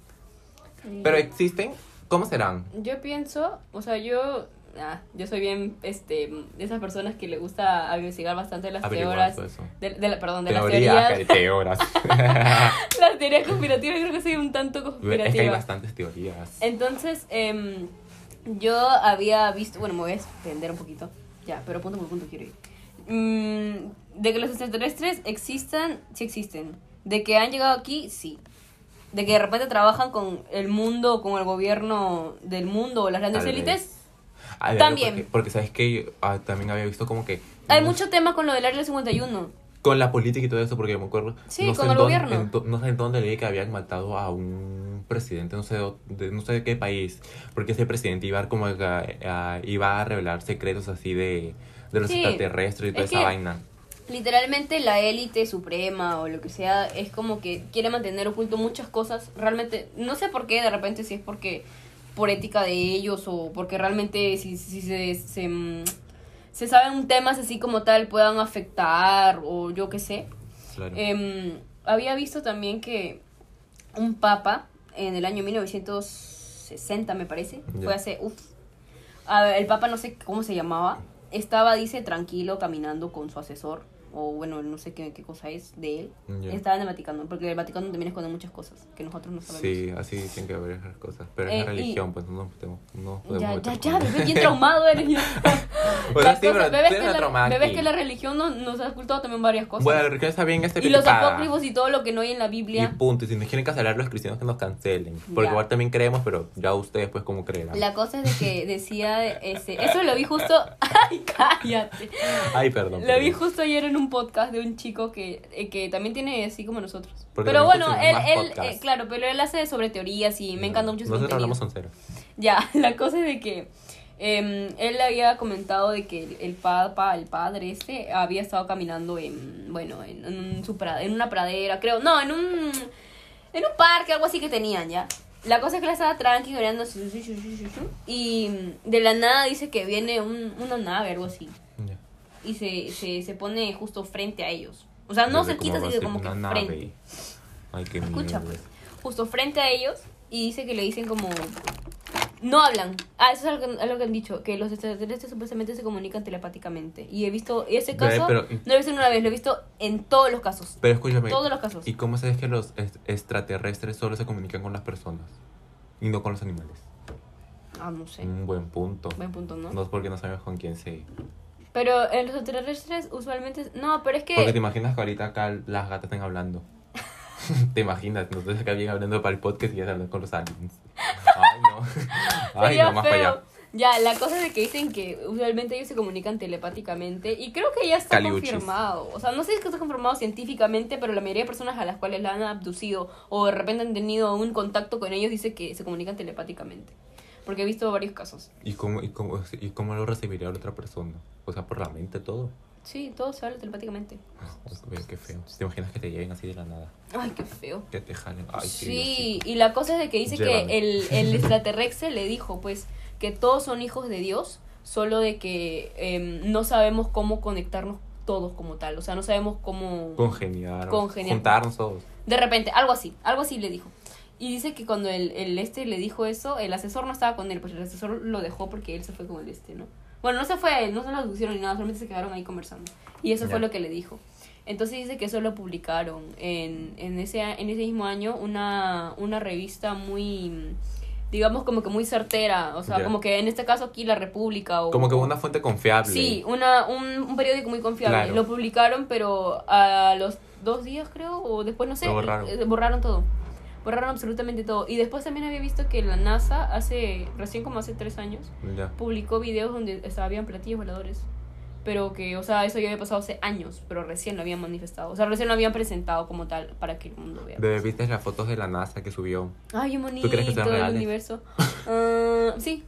Speaker 1: Pero existen, ¿cómo serán?
Speaker 2: Yo pienso, o sea, yo. ah, yo soy bien, este, de esas personas que le gusta averiguar bastante las
Speaker 1: Averiguar pues.
Speaker 2: teorías.
Speaker 1: todo eso.
Speaker 2: De, de la, perdón, de las
Speaker 1: Teorías,
Speaker 2: teorías.
Speaker 1: teorías.
Speaker 2: Las teorías conspirativas, yo creo que soy un tanto conspirativa.
Speaker 1: es que hay bastantes teorías.
Speaker 2: Eh, Entonces, em, yo había visto, bueno, me voy a extender un poquito, ya, pero punto por punto quiero ir. Mm, de que los extraterrestres existan, sí existen. De que han llegado aquí, sí. De que de repente trabajan con el mundo, con el gobierno del mundo o las grandes
Speaker 1: Tal vez.
Speaker 2: élites.
Speaker 1: Ay, Darío,
Speaker 2: También.
Speaker 1: Porque, porque sabes que ah, también había visto como que...
Speaker 2: Hay mucho tema con lo del Área 51.
Speaker 1: Con la política y todo eso, porque me acuerdo...
Speaker 2: Sí,
Speaker 1: no sé
Speaker 2: con
Speaker 1: en
Speaker 2: el
Speaker 1: dónde-
Speaker 2: gobierno.
Speaker 1: en do- no sé en dónde leí que habían matado a un presidente, no sé de, de- no sé de qué país. Porque ese presidente iba a, como a- a- iba a revelar secretos así de, de los
Speaker 2: Sí,
Speaker 1: extraterrestres y toda
Speaker 2: es
Speaker 1: esa
Speaker 2: que-
Speaker 1: vaina.
Speaker 2: Literalmente la élite suprema o lo que sea es como que quiere mantener oculto muchas cosas. Realmente, no sé por qué, de repente si es porque por ética de ellos o porque realmente si, si se, se, mm, se saben temas así como tal puedan afectar o yo qué sé.
Speaker 1: Claro.
Speaker 2: Em, había visto también que un papa en el año 1900 60, me parece.
Speaker 1: Ya.
Speaker 2: Fue hace, uff. A ver, el Papa no sé cómo se llamaba. Estaba, dice, tranquilo caminando con su asesor. O bueno, no sé qué, qué cosa es de él.
Speaker 1: Ya.
Speaker 2: Estaba en el Vaticano, porque el Vaticano también esconde muchas cosas que nosotros no sabemos.
Speaker 1: Sí, así tienen que haber esas cosas. Pero es
Speaker 2: Eh,
Speaker 1: la
Speaker 2: y-
Speaker 1: religión, pues no nos podemos. No
Speaker 2: Ya,
Speaker 1: podemos
Speaker 2: ya,
Speaker 1: meter
Speaker 2: ya,
Speaker 1: con-
Speaker 2: bebé, bien traumado eres. ya.
Speaker 1: Bueno,
Speaker 2: Las
Speaker 1: sí, pero
Speaker 2: cosas- bebé,
Speaker 1: tiene
Speaker 2: es que
Speaker 1: una
Speaker 2: la-
Speaker 1: traumada
Speaker 2: bebé, es
Speaker 1: aquí.
Speaker 2: que la religión nos, nos ha ocultado también varias cosas.
Speaker 1: Bueno, la religión está bien, este
Speaker 2: y los apócrifos y todo lo que no hay en la
Speaker 1: Y
Speaker 2: Biblia.
Speaker 1: punto, y si nos quieren cancelar los cristianos que nos cancelen. Porque
Speaker 2: Ya.
Speaker 1: igual también creemos, pero ya ustedes pues como creerán.
Speaker 2: La cosa es de que decía, este, eso lo vi justo, ay, cállate.
Speaker 1: Ay, perdón.
Speaker 2: Lo
Speaker 1: perdón.
Speaker 2: vi justo ayer en un podcast de un chico que, eh, que también tiene así como nosotros.
Speaker 1: Porque
Speaker 2: pero
Speaker 1: también
Speaker 2: bueno, él,
Speaker 1: consume más
Speaker 2: él
Speaker 1: podcasts.
Speaker 2: eh, claro, pero él hace sobre teorías y me encanta mucho su
Speaker 1: Nosotros
Speaker 2: contenido.
Speaker 1: hablamos sonceras.
Speaker 2: Ya, la cosa es de que em, él había comentado de que el, el papa, el padre este, había estado caminando en, bueno, en, en un su pra- en una pradera, creo, no, en un, en un parque, algo así que tenían, ya. La cosa es que él estaba tranqui, caminando, shu, shu, shu, shu, shu, shu, y mm, de la nada dice que viene un- una nave, algo así,
Speaker 1: Ya.
Speaker 2: y se, se, se pone justo frente a ellos. O sea, no
Speaker 1: Desde
Speaker 2: cerquita,
Speaker 1: va
Speaker 2: así
Speaker 1: a
Speaker 2: que
Speaker 1: ser
Speaker 2: como que
Speaker 1: una nave.
Speaker 2: frente.
Speaker 1: Ay, qué
Speaker 2: Escucha,
Speaker 1: miedo.
Speaker 2: pues. Justo frente a ellos y dice que le dicen como... No hablan. Ah, eso es algo, que- algo que han dicho, que los extraterrestres supuestamente se comunican telepáticamente. Y he visto ese
Speaker 1: Ve,
Speaker 2: caso,
Speaker 1: pero-
Speaker 2: no lo he visto en una vez, lo he visto en todos los casos.
Speaker 1: Pero escúchame.
Speaker 2: Todos los casos.
Speaker 1: ¿Y cómo sabes que los est- extraterrestres solo se comunican con las personas? Y no con los animales.
Speaker 2: Ah, no sé.
Speaker 1: Un buen punto.
Speaker 2: Buen punto, ¿no?
Speaker 1: Mm. No es porque no sabemos con quién se...
Speaker 2: Pero eh, los extraterrestres usualmente... No, pero es que...
Speaker 1: Porque te imaginas que ahorita acá las gatas están hablando. te imaginas, nosotros acá bien hablando para el podcast y ya hablando con los aliens. Ay, no. Ay,
Speaker 2: Sería
Speaker 1: no, más para
Speaker 2: feo.
Speaker 1: allá.
Speaker 2: Ya, la cosa es de que dicen que usualmente ellos se comunican telepáticamente y creo que ya está
Speaker 1: Caliuchis.
Speaker 2: confirmado. O sea, no sé si es que está confirmado científicamente, pero la mayoría de personas a las cuales la han abducido o de repente han tenido un contacto con ellos dice que se comunican telepáticamente. Porque he visto varios casos.
Speaker 1: ¿Y cómo, y, cómo, ¿Y cómo lo recibiría la otra persona? O sea, por la mente todo.
Speaker 2: Sí, todo se habla telepáticamente.
Speaker 1: Ay, ve, qué feo. ¿Te imaginas que te lleguen así de la nada?
Speaker 2: Ay, qué feo.
Speaker 1: Que te jalen. Ay, qué
Speaker 2: sí, y la cosa es de que dice
Speaker 1: Llévame.
Speaker 2: que el, el extraterrestre le dijo, pues, que todos son hijos de Dios, solo de que em, no sabemos cómo conectarnos todos como tal, o sea, no sabemos cómo...
Speaker 1: Congeniar.
Speaker 2: Congeniar.
Speaker 1: Juntarnos todos.
Speaker 2: De repente, algo así, algo así le dijo. Y dice que cuando el, el este le dijo eso, el asesor no estaba con él, pues el asesor lo dejó porque él se fue con el este, ¿no? Bueno, no se fue, no se lo abducieron ni nada, solamente se quedaron ahí conversando. Y eso
Speaker 1: Ya.
Speaker 2: fue lo que le dijo. Entonces dice que eso lo publicaron en, en, ese, a- en ese mismo año una, una revista muy, digamos, como que muy certera. O sea,
Speaker 1: Ya.
Speaker 2: como que en este caso aquí La República o...
Speaker 1: Como que una fuente confiable.
Speaker 2: Sí, una, un, un periódico muy confiable.
Speaker 1: Claro.
Speaker 2: Lo publicaron, pero a los dos días, creo, o después, no sé.
Speaker 1: Lo borraron.
Speaker 2: eh, borraron todo. Borraron absolutamente todo. Y después también había visto que la NASA, hace recién como hace tres años,
Speaker 1: Ya.
Speaker 2: publicó videos donde o sea, habían platillos voladores. Pero que, o sea, eso ya había pasado hace años, pero recién lo habían manifestado. O sea, recién lo habían presentado como tal para que el mundo vea.
Speaker 1: Bebé, ¿viste las fotos de la NASA que subió?
Speaker 2: Ay, qué bonito
Speaker 1: crees que sean
Speaker 2: el
Speaker 1: reales?
Speaker 2: universo. Ah, sí,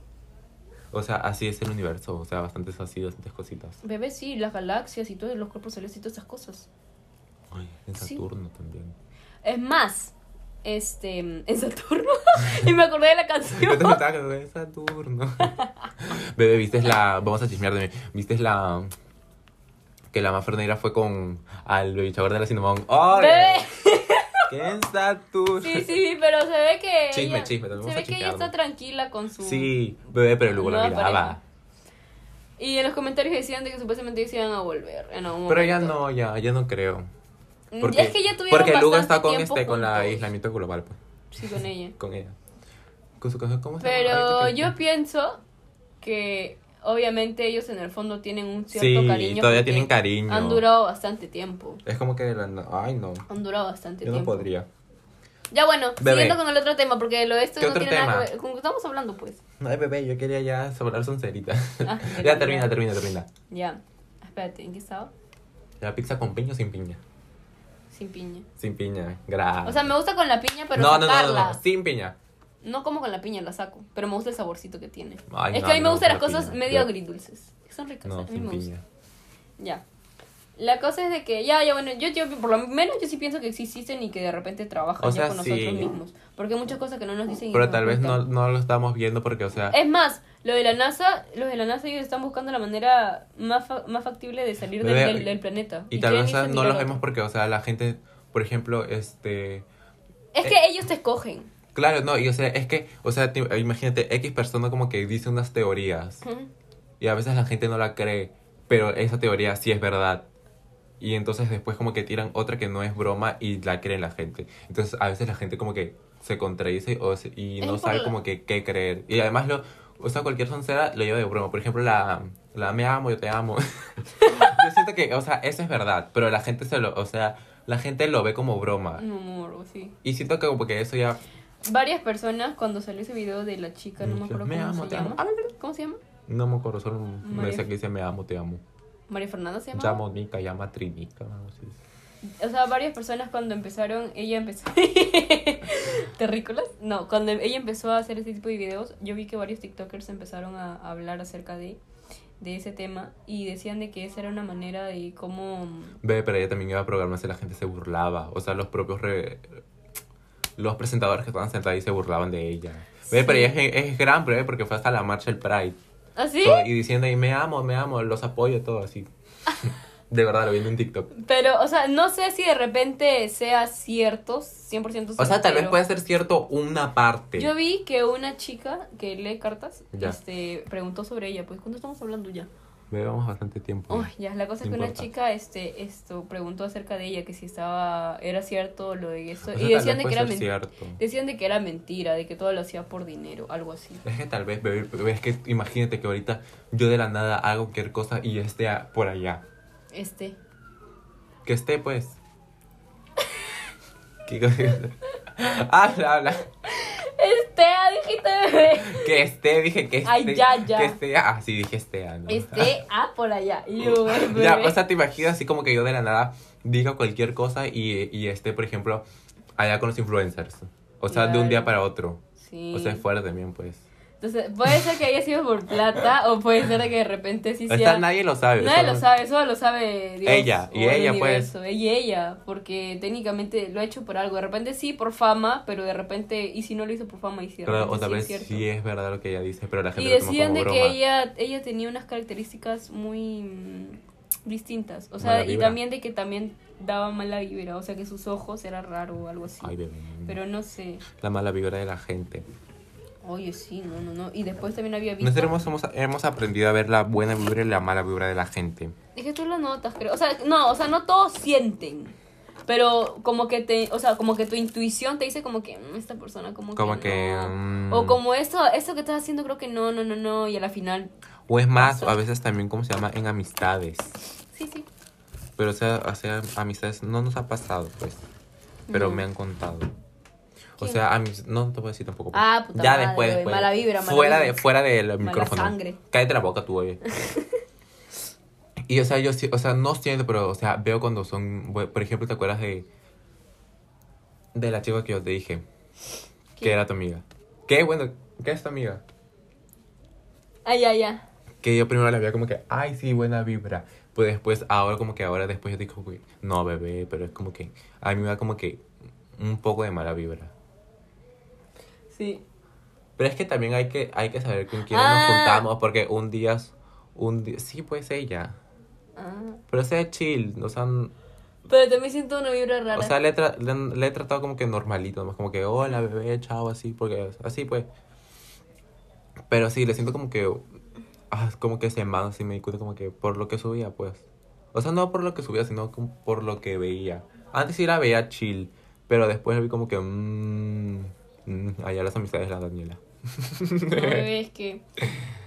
Speaker 1: O sea, así es el universo. O sea, bastantes así, bastantes cositas.
Speaker 2: bebé, sí, las galaxias y todos los cuerpos celestes y todas esas cosas.
Speaker 1: Ay, en
Speaker 2: Sí.
Speaker 1: Saturno también.
Speaker 2: Es más, este, en Saturno. y me acordé de la
Speaker 1: Yo te
Speaker 2: canción.
Speaker 1: contaba que no es Saturno. Bebé, viste la. Vamos a chismear de mí. Viste la. Que la más fernera fue con. Al luchador de la Cinnamon. ¡Oh!
Speaker 2: Bebé.
Speaker 1: ¿Qué es Saturno?
Speaker 2: Sí, sí, pero se ve que.
Speaker 1: Chisme,
Speaker 2: ella-
Speaker 1: chisme, también
Speaker 2: Se
Speaker 1: vamos
Speaker 2: ve
Speaker 1: a
Speaker 2: que ella
Speaker 1: chismear, ¿no?
Speaker 2: está tranquila con su.
Speaker 1: Sí, bebé, pero luego la
Speaker 2: Nueva
Speaker 1: miraba.
Speaker 2: Y en los comentarios decían de que supuestamente ellos iban a volver en algún
Speaker 1: Pero ya
Speaker 2: momento. Mm,
Speaker 1: no, ya, ya no creo. Porque,
Speaker 2: es que ya tuvieron
Speaker 1: Porque Luga está
Speaker 2: bastante
Speaker 1: con
Speaker 2: tiempo
Speaker 1: este, con la
Speaker 2: juntos.
Speaker 1: aislamiento global, pues.
Speaker 2: Sí, con ella.
Speaker 1: Con ella. Con su canción, ¿cómo se llama?
Speaker 2: Pero
Speaker 1: Ahorita que-
Speaker 2: yo pienso que obviamente ellos en el fondo tienen un cierto
Speaker 1: Sí,
Speaker 2: cariño.
Speaker 1: todavía
Speaker 2: porque
Speaker 1: tienen cariño.
Speaker 2: Han durado bastante tiempo.
Speaker 1: Es como que. la- no- Ay, no.
Speaker 2: Han durado bastante
Speaker 1: Yo no
Speaker 2: tiempo.
Speaker 1: podría.
Speaker 2: Ya bueno,
Speaker 1: Bebé.
Speaker 2: siguiendo con el otro tema, porque lo de esto
Speaker 1: ¿Qué
Speaker 2: no
Speaker 1: otro
Speaker 2: tiene nada
Speaker 1: tema?
Speaker 2: que ver. ¿Con qué estamos hablando, pues?
Speaker 1: Ay, bebé, yo quería ya sobrar soncerita.
Speaker 2: Ah,
Speaker 1: ya termina, termina, termina.
Speaker 2: Ya. Espérate, ¿en qué estaba?
Speaker 1: ¿La pizza con piña o sin piña?
Speaker 2: Sin piña.
Speaker 1: Sin piña, gracias.
Speaker 2: O sea, me gusta con la piña, pero
Speaker 1: Ah. no, no,
Speaker 2: sacarla.
Speaker 1: no,
Speaker 2: No,
Speaker 1: no, no, sin piña.
Speaker 2: como con la piña, la saco. Pero me gusta el saborcito que tiene.
Speaker 1: Ay,
Speaker 2: es
Speaker 1: no,
Speaker 2: que a mí
Speaker 1: no
Speaker 2: me
Speaker 1: me
Speaker 2: gustan las
Speaker 1: gusta la
Speaker 2: cosas
Speaker 1: piña.
Speaker 2: medio
Speaker 1: Yo-
Speaker 2: agridulces. Que son ricas.
Speaker 1: No,
Speaker 2: a mí me
Speaker 1: sin
Speaker 2: gustan.
Speaker 1: piña.
Speaker 2: Ya. La cosa es de que, ya, ya, bueno, yo, yo por lo menos yo sí pienso que sí existen y que de repente trabajan
Speaker 1: O
Speaker 2: ya
Speaker 1: sea,
Speaker 2: con
Speaker 1: sí.
Speaker 2: nosotros mismos. Porque hay muchas cosas que no nos dicen. y
Speaker 1: Pero
Speaker 2: nos
Speaker 1: tal vez no,
Speaker 2: ocultan.
Speaker 1: no lo estamos viendo porque, o sea,
Speaker 2: Es más, lo de la NASA, los de la NASA ellos están buscando la manera más, fa- más factible de salir del,
Speaker 1: Bebé,
Speaker 2: del, del planeta.
Speaker 1: y tal
Speaker 2: quieren
Speaker 1: vez o
Speaker 2: irse
Speaker 1: sea,
Speaker 2: a
Speaker 1: no
Speaker 2: mirar
Speaker 1: los
Speaker 2: otro.
Speaker 1: vemos porque, o sea, la gente, por ejemplo, este...
Speaker 2: Es que ellos te escogen.
Speaker 1: Claro, no, y o sea, es que, o sea, te- imagínate, X persona como que dice unas teorías y a veces la gente no la cree, pero esa teoría sí es verdad. Y entonces después como que tiran otra que no es broma y la creen la gente. Entonces a veces la gente como que se contradice o se- y
Speaker 2: Es
Speaker 1: no
Speaker 2: por
Speaker 1: sabe
Speaker 2: la-
Speaker 1: como que qué creer. Y además lo, o sea, cualquier soncera lo lleva de broma. Por ejemplo, la, la me amo, yo te amo. yo siento que, o sea, eso es verdad, pero la gente se lo, o sea, la gente lo ve como broma.
Speaker 2: No, amor, sí.
Speaker 1: Y siento que como que eso ya...
Speaker 2: Varias personas cuando salió ese video de la chica, no me acuerdo
Speaker 1: Me
Speaker 2: cómo
Speaker 1: amo,
Speaker 2: se
Speaker 1: te amo.
Speaker 2: llama.
Speaker 1: Ah, no, no.
Speaker 2: ¿Cómo se llama?
Speaker 1: No me acuerdo, solo me
Speaker 2: María.
Speaker 1: sé que dice me amo, te amo.
Speaker 2: María Fernanda se llama.
Speaker 1: Llamo Nica, llama Trinica. algo así.
Speaker 2: O sea, varias personas cuando empezaron, ella empezó. ¿Terrícolas? No, cuando ella empezó a hacer este tipo de videos, yo vi que varios TikTokers empezaron a a hablar acerca de, de ese tema y decían de que esa era una manera de cómo.
Speaker 1: Ve, pero ella también iba a programas y la gente se burlaba. O sea, los propios re- los presentadores que estaban sentados ahí se burlaban de ella. Ve,
Speaker 2: Sí.
Speaker 1: pero ella es, es gran, pero, eh, porque fue hasta la marcha del Pride.
Speaker 2: ¿Así?
Speaker 1: Todo- y diciendo ahí, me amo, me amo, los apoyo, todo así. de verdad, lo vi en un TikTok.
Speaker 2: Pero, o sea, no sé si de repente sea cierto, 100% cierto.
Speaker 1: O sea, tal vez
Speaker 2: pero
Speaker 1: puede ser cierto una parte.
Speaker 2: Yo vi que una chica que lee cartas
Speaker 1: Ya.
Speaker 2: este, preguntó sobre ella. Pues, ¿cuándo estamos hablando ya?
Speaker 1: Ve, vamos bastante tiempo.
Speaker 2: Ay, ya, la cosa es
Speaker 1: No
Speaker 2: que una
Speaker 1: importa.
Speaker 2: chica este, esto, preguntó acerca de ella, que si estaba, era cierto lo de
Speaker 1: O
Speaker 2: esto.
Speaker 1: sea,
Speaker 2: y
Speaker 1: tal
Speaker 2: decían de
Speaker 1: vez
Speaker 2: que,
Speaker 1: puede
Speaker 2: era
Speaker 1: ser
Speaker 2: men-
Speaker 1: cierto.
Speaker 2: decían de que era mentira, de que todo lo hacía por dinero, algo así.
Speaker 1: Es que tal vez, bebé, bebé, es que imagínate que ahorita yo de la nada hago cualquier cosa y yo esté a- por allá.
Speaker 2: Este.
Speaker 1: Que esté, pues. ¿Qué cosa? habla, habla.
Speaker 2: Este, ah, dijiste bebé.
Speaker 1: Que esté, dije que esté.
Speaker 2: Ay, ya, ya.
Speaker 1: Que esté, ah, sí, dije esté, ah, ¿no?
Speaker 2: Este, ah, por allá. Y yo, bebé.
Speaker 1: Ya, o sea, te imaginas así como que yo de la nada diga cualquier cosa y, y esté, por ejemplo, allá con los influencers. O sea, de un día
Speaker 2: Claro.
Speaker 1: para otro.
Speaker 2: Sí.
Speaker 1: O sea, es fuera también, pues.
Speaker 2: Entonces, puede ser que haya sido por plata o puede ser que de repente sí
Speaker 1: o
Speaker 2: sea.
Speaker 1: sea, nadie lo sabe.
Speaker 2: Nadie lo
Speaker 1: solo-
Speaker 2: sabe, solo lo sabe Dios.
Speaker 1: Ella, y
Speaker 2: o el
Speaker 1: ella, pues.
Speaker 2: universo, Ella y ella, porque técnicamente lo ha hecho por algo. De repente sí, por fama, pero de repente, y si no lo hizo por fama, y si de
Speaker 1: Claro,
Speaker 2: repente
Speaker 1: o tal
Speaker 2: sí
Speaker 1: vez
Speaker 2: es
Speaker 1: sí es,
Speaker 2: cierto.
Speaker 1: verdad lo que ella dice, pero la gente
Speaker 2: Y
Speaker 1: lo toma
Speaker 2: decían
Speaker 1: como
Speaker 2: de que
Speaker 1: broma.
Speaker 2: ella, ella tenía unas características muy mm, distintas. O sea,
Speaker 1: Mala
Speaker 2: y
Speaker 1: vibra.
Speaker 2: también de que también daba mala vibra. O sea, que sus ojos era raro o algo así.
Speaker 1: Ay, bebé.
Speaker 2: pero no sé.
Speaker 1: La mala vibra de la gente.
Speaker 2: Oye, sí, no, no, no. Y después también había visto.
Speaker 1: Nosotros hemos, hemos- hemos aprendido a ver la buena vibra y la mala vibra de la gente.
Speaker 2: Es que tú lo notas, creo. O sea, no, o sea, no todos sienten. Pero como que te, o sea, como que tu intuición te dice como que "Mm, esta persona como,
Speaker 1: Como que,
Speaker 2: no".
Speaker 1: mm.
Speaker 2: o como esto, esto que estás haciendo creo que no, no, no, no y a la final
Speaker 1: O es más,
Speaker 2: Pasa.
Speaker 1: a veces también como se llama en amistades.
Speaker 2: sí, sí.
Speaker 1: Pero o sea, o sea, amistades no nos ha pasado, pues. Pero
Speaker 2: No.
Speaker 1: me han contado. O
Speaker 2: ¿Quién?
Speaker 1: sea, a mis- no te puedo decir tampoco. pues.
Speaker 2: Ah, puta
Speaker 1: ya
Speaker 2: madre,
Speaker 1: después,
Speaker 2: güey.
Speaker 1: después.
Speaker 2: Mala vibra, mala
Speaker 1: fuera
Speaker 2: vibra.
Speaker 1: De, fuera del
Speaker 2: Mala
Speaker 1: micrófono.
Speaker 2: sangre.
Speaker 1: Cállate la boca tú, oye. y o sea, yo sí, o sea, no siento, pero o sea, veo cuando son, bu- por ejemplo, ¿te acuerdas de de la chica que yo te dije? Que
Speaker 2: ¿Quién?
Speaker 1: era tu amiga. Qué bueno, ¿qué es tu amiga?
Speaker 2: Ay, Ah, ya, ya.
Speaker 1: Que yo primero la veía como que, ay, sí, buena vibra. Pues después, ahora como que ahora después yo digo, güey, no, bebé, pero es como que, a mí me da como que un poco de mala vibra.
Speaker 2: Sí.
Speaker 1: Pero es que también hay que, hay que saber con quién
Speaker 2: Ah.
Speaker 1: nos juntamos, porque un día, un día, sí, pues ella.
Speaker 2: Ah.
Speaker 1: Pero sea chill, o sea, n-
Speaker 2: Pero también siento una vibra rara.
Speaker 1: o sea le, he tra- le han- le he tratado como que normalito, nomás como que, hola, bebé, chao, así, porque así, pues. Pero sí, le siento como que, ah, como que se manda, así me di cuenta como que por lo que subía, pues. O sea, no por lo que subía, sino como por lo que veía. Antes sí la veía chill, pero después la vi como que, mmm, allá las amistades de la Daniela.
Speaker 2: No, bebé, es que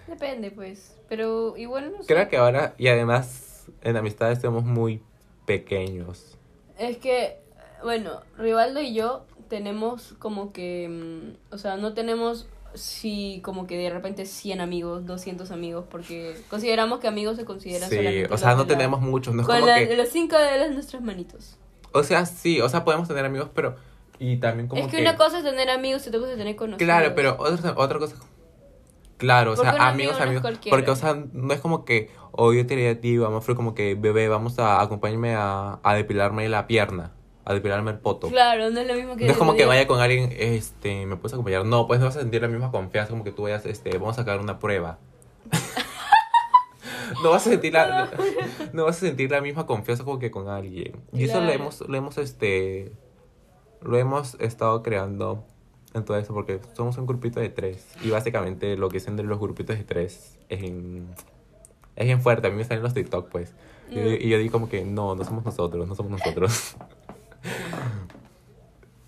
Speaker 2: depende pues, pero igual no sé.
Speaker 1: Creo que ahora, y además en amistades somos muy pequeños.
Speaker 2: Es que, bueno, Rivaldo y yo tenemos como que, mm, o sea, no tenemos, sí, como que de repente 100 amigos, 200 amigos, porque consideramos que amigos se consideran
Speaker 1: Sí,
Speaker 2: solamente
Speaker 1: o sea,
Speaker 2: los
Speaker 1: no
Speaker 2: de la-
Speaker 1: tenemos muchos, no es
Speaker 2: Con
Speaker 1: como
Speaker 2: la-
Speaker 1: que...
Speaker 2: los cinco dedos de nuestros manitos.
Speaker 1: O sea, sí, o sea, podemos tener amigos, pero... Y también como
Speaker 2: Es que, una cosa es tener amigos y otra cosa es tener conocidos.
Speaker 1: Claro, pero otra, otra cosa... Claro, o
Speaker 2: Porque
Speaker 1: sea,
Speaker 2: un amigo
Speaker 1: amigos,
Speaker 2: no es
Speaker 1: amigos.
Speaker 2: cualquiera.
Speaker 1: porque, o sea, no es como que... Hoy yo te diría a ti, vamos, fue como que, bebé, vamos a acompáñame a, a depilarme la pierna, a depilarme el poto.
Speaker 2: Claro, no es lo mismo que...
Speaker 1: No es como que
Speaker 2: diga,
Speaker 1: vaya con alguien, este, ¿me puedes acompañar? No, pues no vas a sentir la misma confianza como que tú vayas, este, vamos a sacar una prueba. no vas a sentir la, no vas a sentir la misma confianza como que con alguien. Y eso lo
Speaker 2: Claro.
Speaker 1: hemos, lo hemos, este, lo hemos estado creando en todo eso, porque somos un grupito de tres. Y básicamente lo que dicen de los grupitos de tres es en, es bien fuerte. A mí me salen los TikTok, pues. Y, yo- y yo digo como que no, no somos nosotros, no somos nosotros.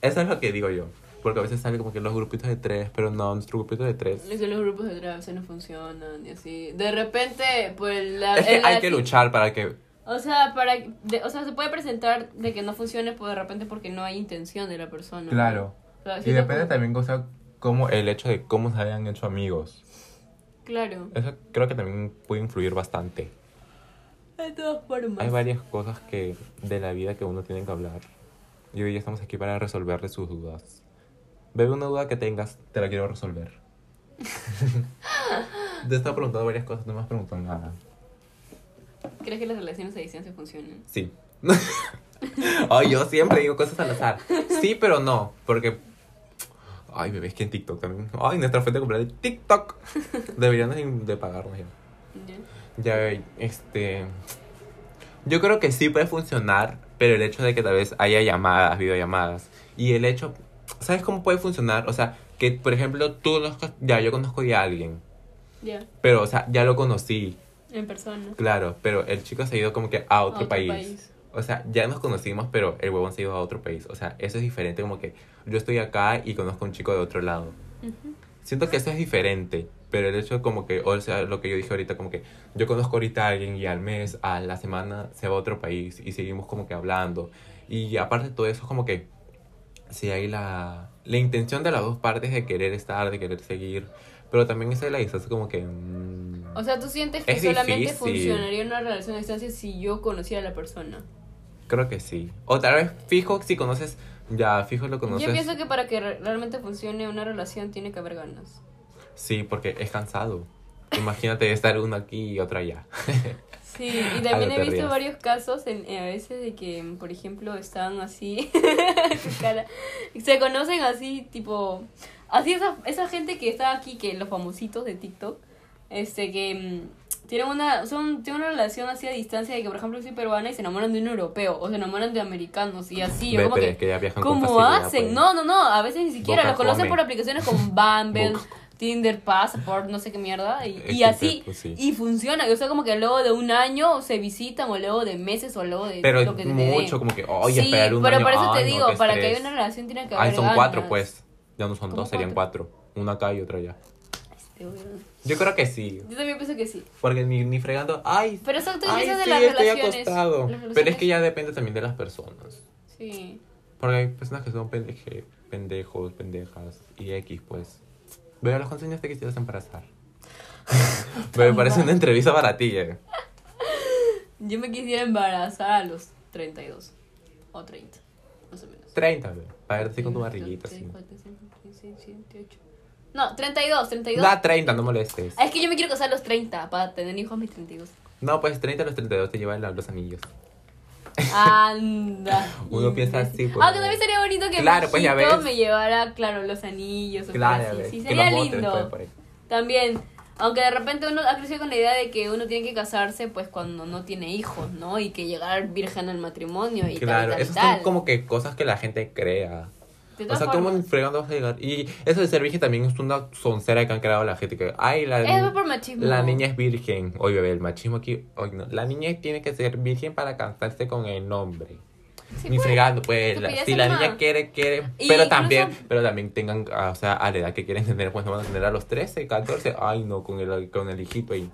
Speaker 1: eso es lo que digo yo. Porque a veces salen como que los grupitos de tres, pero no, nuestro grupito de tres.
Speaker 2: Es que los grupos de tres a veces no funcionan y así. De repente, pues la.
Speaker 1: Es que
Speaker 2: el-
Speaker 1: hay
Speaker 2: la-
Speaker 1: que luchar para que...
Speaker 2: O sea, para, de- o sea, se puede presentar de que no funcione pues, de repente porque no hay intención de la persona. O sea, si
Speaker 1: Y
Speaker 2: no-
Speaker 1: depende también, o sea, como el hecho de cómo se hayan hecho amigos.
Speaker 2: Claro.
Speaker 1: Eso creo que también puede influir bastante.
Speaker 2: De todas
Speaker 1: Hay
Speaker 2: formas.
Speaker 1: varias cosas que de la vida que uno tiene que hablar. Y hoy ya estamos aquí para resolverle sus dudas. Bebe una duda que tengas, te la quiero resolver. te he estado preguntando varias cosas, no me has preguntado nada.
Speaker 2: ¿Crees que las relaciones a distancia funcionan?
Speaker 1: Sí. Ay, yo siempre digo cosas al azar. Sí, pero no, porque... Ay, me ves que en TikTok también. Ay, nuestra fuente de de TikTok. Deberían de, de pagarnos ya.
Speaker 2: ¿Ya?
Speaker 1: Ya, este. Yo creo que sí puede funcionar, pero el hecho de que tal vez haya llamadas, videollamadas, y el hecho. ¿Sabes cómo puede funcionar? O sea, que por ejemplo tú los. Ya, yo conozco ya a alguien,
Speaker 2: Ya,
Speaker 1: pero, o sea, ya lo conocí,
Speaker 2: en persona.
Speaker 1: claro, pero el chico se ha ido como que
Speaker 2: A
Speaker 1: a otro,
Speaker 2: otro
Speaker 1: país.
Speaker 2: país.
Speaker 1: O sea, ya nos conocimos, pero el huevón se ha ido a otro país. O sea, eso es diferente, como que yo estoy acá y conozco a un chico de otro lado.
Speaker 2: Ujú.
Speaker 1: Siento que eso es diferente, pero el hecho como que, o sea, lo que yo dije ahorita, como que yo conozco ahorita a alguien y al mes, a la semana se va a otro país y seguimos como que hablando. Y aparte de todo eso, como que si hay la, la intención de las dos partes de querer estar, de querer seguir, pero también esa es la distancia como que... mm,
Speaker 2: O sea, ¿tú sientes que
Speaker 1: Es
Speaker 2: solamente
Speaker 1: difícil.
Speaker 2: funcionaría una relación a distancia si yo conociera a la persona?
Speaker 1: creo que sí. O tal vez fijo, si conoces, ya fijo lo conoces.
Speaker 2: Yo pienso que para que re- realmente funcione una relación tiene que haber ganas.
Speaker 1: Sí, porque es cansado. Imagínate estar uno aquí y otro allá.
Speaker 2: Sí, y
Speaker 1: Algo
Speaker 2: también
Speaker 1: te
Speaker 2: he visto
Speaker 1: rías.
Speaker 2: varios casos en, eh, a veces de que, mm, por ejemplo, están así, su cara, se conocen así, tipo, así esa, esa gente que está aquí, que los famositos de TikTok, este, que mm, tienen una, son, tienen una relación así a distancia de que, por ejemplo, yo soy peruana y se enamoran de un europeo, o se enamoran de americanos, y así, yo
Speaker 1: Ve,
Speaker 2: como
Speaker 1: pero
Speaker 2: que,
Speaker 1: es que ya viajan con
Speaker 2: ¿Cómo
Speaker 1: facilidad,
Speaker 2: hacen?
Speaker 1: pues.
Speaker 2: No, no, no, a veces ni siquiera
Speaker 1: Boca
Speaker 2: los conocen
Speaker 1: come.
Speaker 2: por aplicaciones como Bumble,
Speaker 1: Boca.
Speaker 2: Tinder, Passport, no sé qué mierda, y,
Speaker 1: Es
Speaker 2: y
Speaker 1: que
Speaker 2: así,
Speaker 1: pues, sí.
Speaker 2: y funciona, o sea, como que luego de un año se visitan, o luego de meses, o luego de
Speaker 1: Pero
Speaker 2: lo que te dé.
Speaker 1: mucho, como que, oye,
Speaker 2: Sí,
Speaker 1: esperar un
Speaker 2: pero
Speaker 1: año,
Speaker 2: por eso te
Speaker 1: ay, no,
Speaker 2: digo,
Speaker 1: qué
Speaker 2: para que
Speaker 1: estrés.
Speaker 2: haya una relación tiene que haber
Speaker 1: Ay, son
Speaker 2: ganas.
Speaker 1: cuatro, pues. Ya no son
Speaker 2: ¿Cómo
Speaker 1: dos, serían cuatro. Una acá y otra allá.
Speaker 2: Este, weón.
Speaker 1: Yo creo que sí.
Speaker 2: Yo también pienso que sí.
Speaker 1: Porque ni, ni fregando. Ay,
Speaker 2: Pero eso tú
Speaker 1: ay,
Speaker 2: dices de
Speaker 1: sí,
Speaker 2: las
Speaker 1: estoy
Speaker 2: relaciones. las
Speaker 1: acostado. Pero es que
Speaker 2: relaciones-
Speaker 1: ya depende también de las personas.
Speaker 2: Sí.
Speaker 1: Porque hay personas que son pendeje- pendejos, pendejas y X, pues. Veo los consejos te quisieras embarazar. Me parece una entrevista para ti, eh.
Speaker 2: Yo me quisiera embarazar a los 32 o 30, más o menos.
Speaker 1: 30, ve, Para verte con tu barriguita, sí.
Speaker 2: No, 32, 32.
Speaker 1: Da 30, no molestes.
Speaker 2: Ah, Es que yo me quiero casar a los 30 para tener hijos a mis 32.
Speaker 1: No, pues 30 a los 32 te llevan los anillos.
Speaker 2: Pues Anda.
Speaker 1: Uno piensa así,
Speaker 2: imbécil.
Speaker 1: pues.
Speaker 2: Aunque también sería bonito que
Speaker 1: Claro,
Speaker 2: mi
Speaker 1: pues, ya
Speaker 2: hijito
Speaker 1: ves.
Speaker 2: me llevara, claro, los anillos. o
Speaker 1: Claro,
Speaker 2: sea, sí,
Speaker 1: ve,
Speaker 2: sí,
Speaker 1: que
Speaker 2: sería
Speaker 1: los botes después pues.
Speaker 2: lindo.
Speaker 1: por ahí.
Speaker 2: También. Aunque de repente uno ha crecido con la idea de que uno tiene que casarse pues cuando no tiene hijos, ¿no? Y que llegar virgen al matrimonio y tal, y
Speaker 1: Claro,
Speaker 2: tal, y
Speaker 1: esas
Speaker 2: tal.
Speaker 1: son como que cosas que la gente crea.
Speaker 2: De
Speaker 1: O
Speaker 2: todas
Speaker 1: sea, ¿cómo
Speaker 2: formas.
Speaker 1: en fregando vas a llegar? Y eso de ser virgen también es una soncera que han creado la gente. Que, ay, la,
Speaker 2: Es por machismo.
Speaker 1: la niña es virgen. Oye, bebé, el machismo aquí. oye, no. La niña tiene que ser virgen para casarse con el nombre.
Speaker 2: Sí,
Speaker 1: Ni
Speaker 2: pues.
Speaker 1: fregando, pues. la-
Speaker 2: estupidez
Speaker 1: si la
Speaker 2: nomás.
Speaker 1: niña quiere, quiere.
Speaker 2: Y
Speaker 1: Pero
Speaker 2: incluso-
Speaker 1: también, pero también tengan, ah, o sea, a la edad que quieren tener, pues no van a tener a los 13, 14. Ay, no, con el, con el hijito ahí.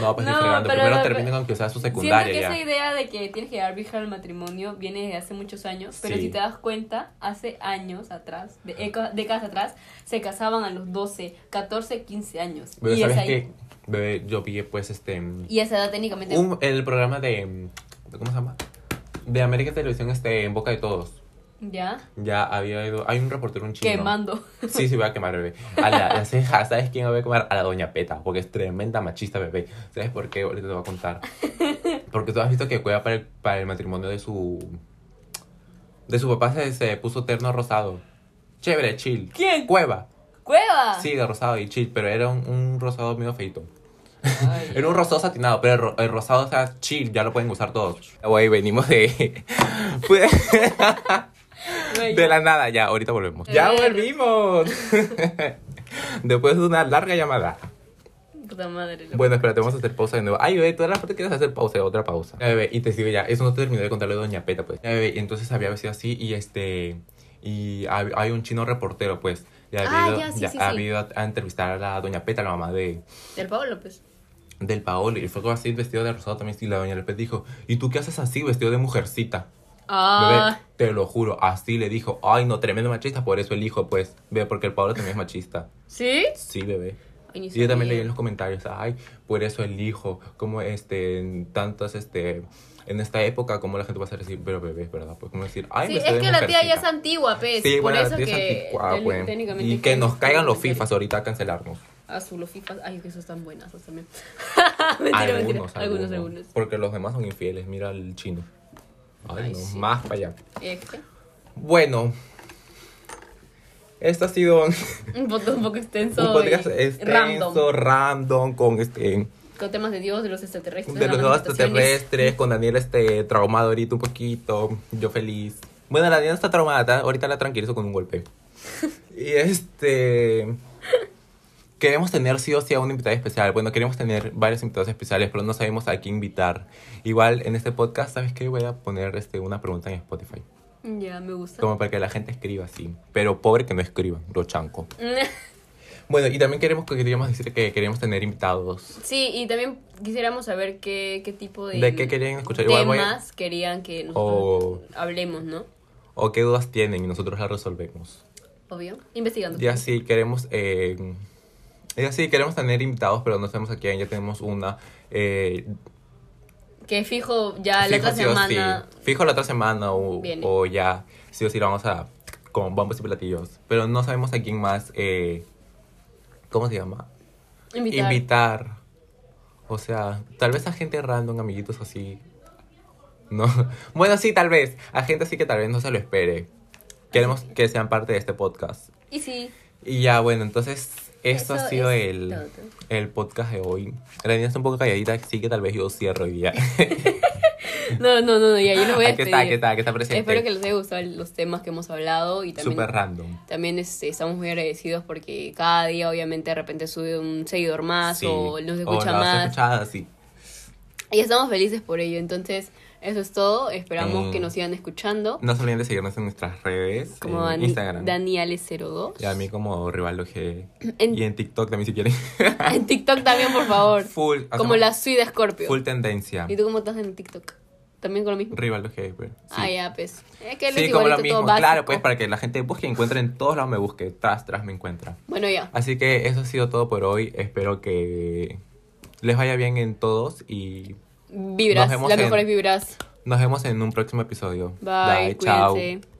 Speaker 1: No, pues
Speaker 2: No,
Speaker 1: ni fregando.
Speaker 2: pero
Speaker 1: Primero
Speaker 2: lo-
Speaker 1: terminen con que sea su
Speaker 2: Siento
Speaker 1: secundaria
Speaker 2: que
Speaker 1: ya.
Speaker 2: esa idea de que tienes que llegar virgen al matrimonio viene desde hace muchos años, pero
Speaker 1: Sí.
Speaker 2: si te das cuenta, hace años atrás, de, eco- décadas atrás, se casaban a los 12, 14, 15 años.
Speaker 1: Bebé,
Speaker 2: y,
Speaker 1: ¿sabes
Speaker 2: esa,
Speaker 1: qué? Bebé, yo pillé pues este.
Speaker 2: y esa edad técnicamente...
Speaker 1: un- el programa de. mm, ¿Cómo se llama? De América Televisión, este, en boca de todos.
Speaker 2: ¿Ya?
Speaker 1: Ya había ido. Hay un reportero, un chino.
Speaker 2: Quemando.
Speaker 1: Sí, sí, voy a quemar, bebé. A la, la ceja, ¿sabes quién voy a quemar? A la doña Peta, porque es tremenda machista, bebé. ¿Sabes por qué? Ahorita te voy a contar. Porque tú has visto que cueva para el, para el matrimonio de su. De su papá se, se puso terno rosado. Chévere, chill.
Speaker 2: ¿Quién? Ah.
Speaker 1: Cueva.
Speaker 2: ¡Cueva!
Speaker 1: Sí, de rosado y chill, pero era un, un rosado medio feito.
Speaker 2: Ay.
Speaker 1: Era un rosado satinado, pero el, ro- el rosado, o sea, chill, ya lo pueden usar todos. Güey, venimos de. De la nada, ya, ahorita volvemos. ¡Ya volvimos! Después de una larga llamada.
Speaker 2: Puta madre. loco.
Speaker 1: Bueno, espérate, vamos a hacer pausa de nuevo. Ay, bebé, todas las partes quieres hacer pausa, otra pausa. Ya, bebé, y te digo ya, eso no te terminé de contarle de Doña Peta, pues. Ya, bebé, y entonces había sido así y este. Y hab- hay un chino reportero, pues. Y ha
Speaker 2: Ah,
Speaker 1: habido,
Speaker 2: ya, sí, sí,
Speaker 1: ha
Speaker 2: sí.
Speaker 1: habido a, a entrevistar a la Doña Peta, la mamá de,
Speaker 2: Del Pablo pues? López.
Speaker 1: del Paolo. Y fue todo así, vestido de rosado también. Y la Doña López dijo: ¿Y tú qué haces así, vestido de mujercita? Bebé,
Speaker 2: Ah.
Speaker 1: te lo juro, así le dijo: Ay, no, tremendo machista, por eso el hijo, pues. Bebé, porque el Paolo también es machista.
Speaker 2: ¿Sí?
Speaker 1: Sí, bebé.
Speaker 2: Ay, ni
Speaker 1: Y yo también
Speaker 2: sabía.
Speaker 1: leí en los comentarios, ay, por eso el hijo, como este, en tantas, este, en esta época, como la gente va a decir, pero bebé, ¿verdad? Pues como decir, ay,
Speaker 2: Sí,
Speaker 1: me
Speaker 2: es
Speaker 1: estoy de
Speaker 2: que la tía ya es
Speaker 1: mujercita".
Speaker 2: antigua, pez.
Speaker 1: Sí,
Speaker 2: Por
Speaker 1: bueno,
Speaker 2: eso
Speaker 1: la tía
Speaker 2: que.
Speaker 1: es anticuada,
Speaker 3: técnic-
Speaker 1: pues.
Speaker 3: técnicamente
Speaker 1: Y que
Speaker 3: es
Speaker 1: nos caigan los
Speaker 3: anticuada.
Speaker 1: FIFAs ahorita a cancelarnos.
Speaker 2: Azul o FIFA. Ay, que esos están buenazos también. mentira, mentira. Algunos,
Speaker 1: algunos,
Speaker 2: algunos.
Speaker 1: algunos. Porque los demás son infieles, mira el chino. Ay,
Speaker 2: Ay,
Speaker 1: no,
Speaker 2: sí.
Speaker 1: más para allá.
Speaker 2: Eh, ¿qué?
Speaker 1: Bueno, esto ha sido
Speaker 2: Un podcast un poco extenso.
Speaker 1: un podcast
Speaker 2: y
Speaker 1: extenso,
Speaker 2: Random.
Speaker 1: random con este...
Speaker 2: Con temas de Dios, de los extraterrestres.
Speaker 1: De
Speaker 2: las
Speaker 1: los nuevos
Speaker 2: manifestaciones.
Speaker 1: extraterrestres, con Daniel este, traumado ahorita un poquito, yo feliz. Bueno, la Daniela está traumada, ta- ahorita la tranquilizo con un golpe. Y este... Queremos tener sí o sí a un invitado especial. Bueno, queremos tener varios invitados especiales, pero no sabemos a qué invitar. Igual en este podcast, ¿sabes qué? Voy a poner este, una pregunta en Spotify.
Speaker 2: Ya, me gusta.
Speaker 1: Como para que la gente escriba así. Pero pobre que no escriban, lo chanco. Bueno, y también queremos, queríamos decir que queremos tener invitados.
Speaker 2: Sí, y también quisiéramos saber qué, qué tipo de,
Speaker 1: ¿De qué querían escuchar? Igual voy a-
Speaker 2: temas querían que
Speaker 1: O-
Speaker 2: nosotros hablemos, ¿no?
Speaker 1: o qué dudas tienen y nosotros las resolvemos.
Speaker 2: Obvio. Investigando.
Speaker 1: Ya sí queremos, eh, ya sí queremos tener invitados, pero no sabemos a quién. Ya tenemos una. eh,
Speaker 2: Que fijo ya Ah, la
Speaker 1: fijo
Speaker 2: otra
Speaker 1: sí o sí.
Speaker 2: semana.
Speaker 1: Fijo la otra semana o,
Speaker 2: Viene.
Speaker 1: o ya sí o sí la vamos a con bombos y platillos. Pero no sabemos a quién más. eh, ¿Cómo se llama?
Speaker 2: Invitar.
Speaker 1: Invitar. O sea, tal vez a gente random, amiguitos así. No. Bueno, sí, tal vez. A gente así que tal vez no se lo espere. Queremos que sean parte de este podcast.
Speaker 2: Y sí.
Speaker 1: Y ya, bueno, entonces esto
Speaker 2: Eso
Speaker 1: ha sido
Speaker 2: es
Speaker 1: el,
Speaker 2: todo.
Speaker 1: el podcast de hoy. La niña está un poco calladita, así que tal vez yo cierro hoy día.
Speaker 2: No, no, no, no, ya yo lo voy a
Speaker 1: aquí está, aquí
Speaker 2: despedir.
Speaker 1: está, aquí está presente.
Speaker 2: Espero que les haya gustado los temas que hemos hablado y también
Speaker 1: Este, Súper random.
Speaker 2: también este, estamos muy agradecidos porque cada día obviamente de repente sube un seguidor más
Speaker 1: Sí.
Speaker 2: o nos escucha
Speaker 1: O nos
Speaker 2: más
Speaker 1: escucha, sí.
Speaker 2: y estamos felices por ello. Entonces, eso es todo. Esperamos
Speaker 1: Mm.
Speaker 2: que nos sigan escuchando
Speaker 1: No se olviden de seguirnos en nuestras redes.
Speaker 2: como
Speaker 1: en
Speaker 2: Dani-
Speaker 1: Instagram.
Speaker 2: Daniales02.
Speaker 1: Y a mí como Rivaldo G.
Speaker 2: En-
Speaker 1: Y en TikTok también si quieren.
Speaker 2: En TikTok también, por favor.
Speaker 1: full.
Speaker 2: como
Speaker 1: hacemos
Speaker 2: la Sui de Scorpio.
Speaker 1: Full tendencia.
Speaker 2: ¿Y tú cómo estás en TikTok? ¿También con lo mismo?
Speaker 1: Rivaldo G. pues, sí.
Speaker 2: Ah, ya, pues. Es que él es
Speaker 1: Sí, como
Speaker 2: igualito,
Speaker 1: lo
Speaker 2: todo
Speaker 1: mismo.
Speaker 2: básico.
Speaker 1: Claro, pues para que la gente busque y encuentre en todos lados me busque. Tras, tras me encuentra.
Speaker 2: Bueno, ya.
Speaker 1: Así que eso ha sido todo por hoy. Espero que les vaya bien en todos y
Speaker 2: Vibras,
Speaker 1: Nos vemos
Speaker 2: las
Speaker 1: en-
Speaker 2: mejores vibras.
Speaker 1: nos vemos en un próximo episodio.
Speaker 2: Bye, cuídense.
Speaker 1: chao.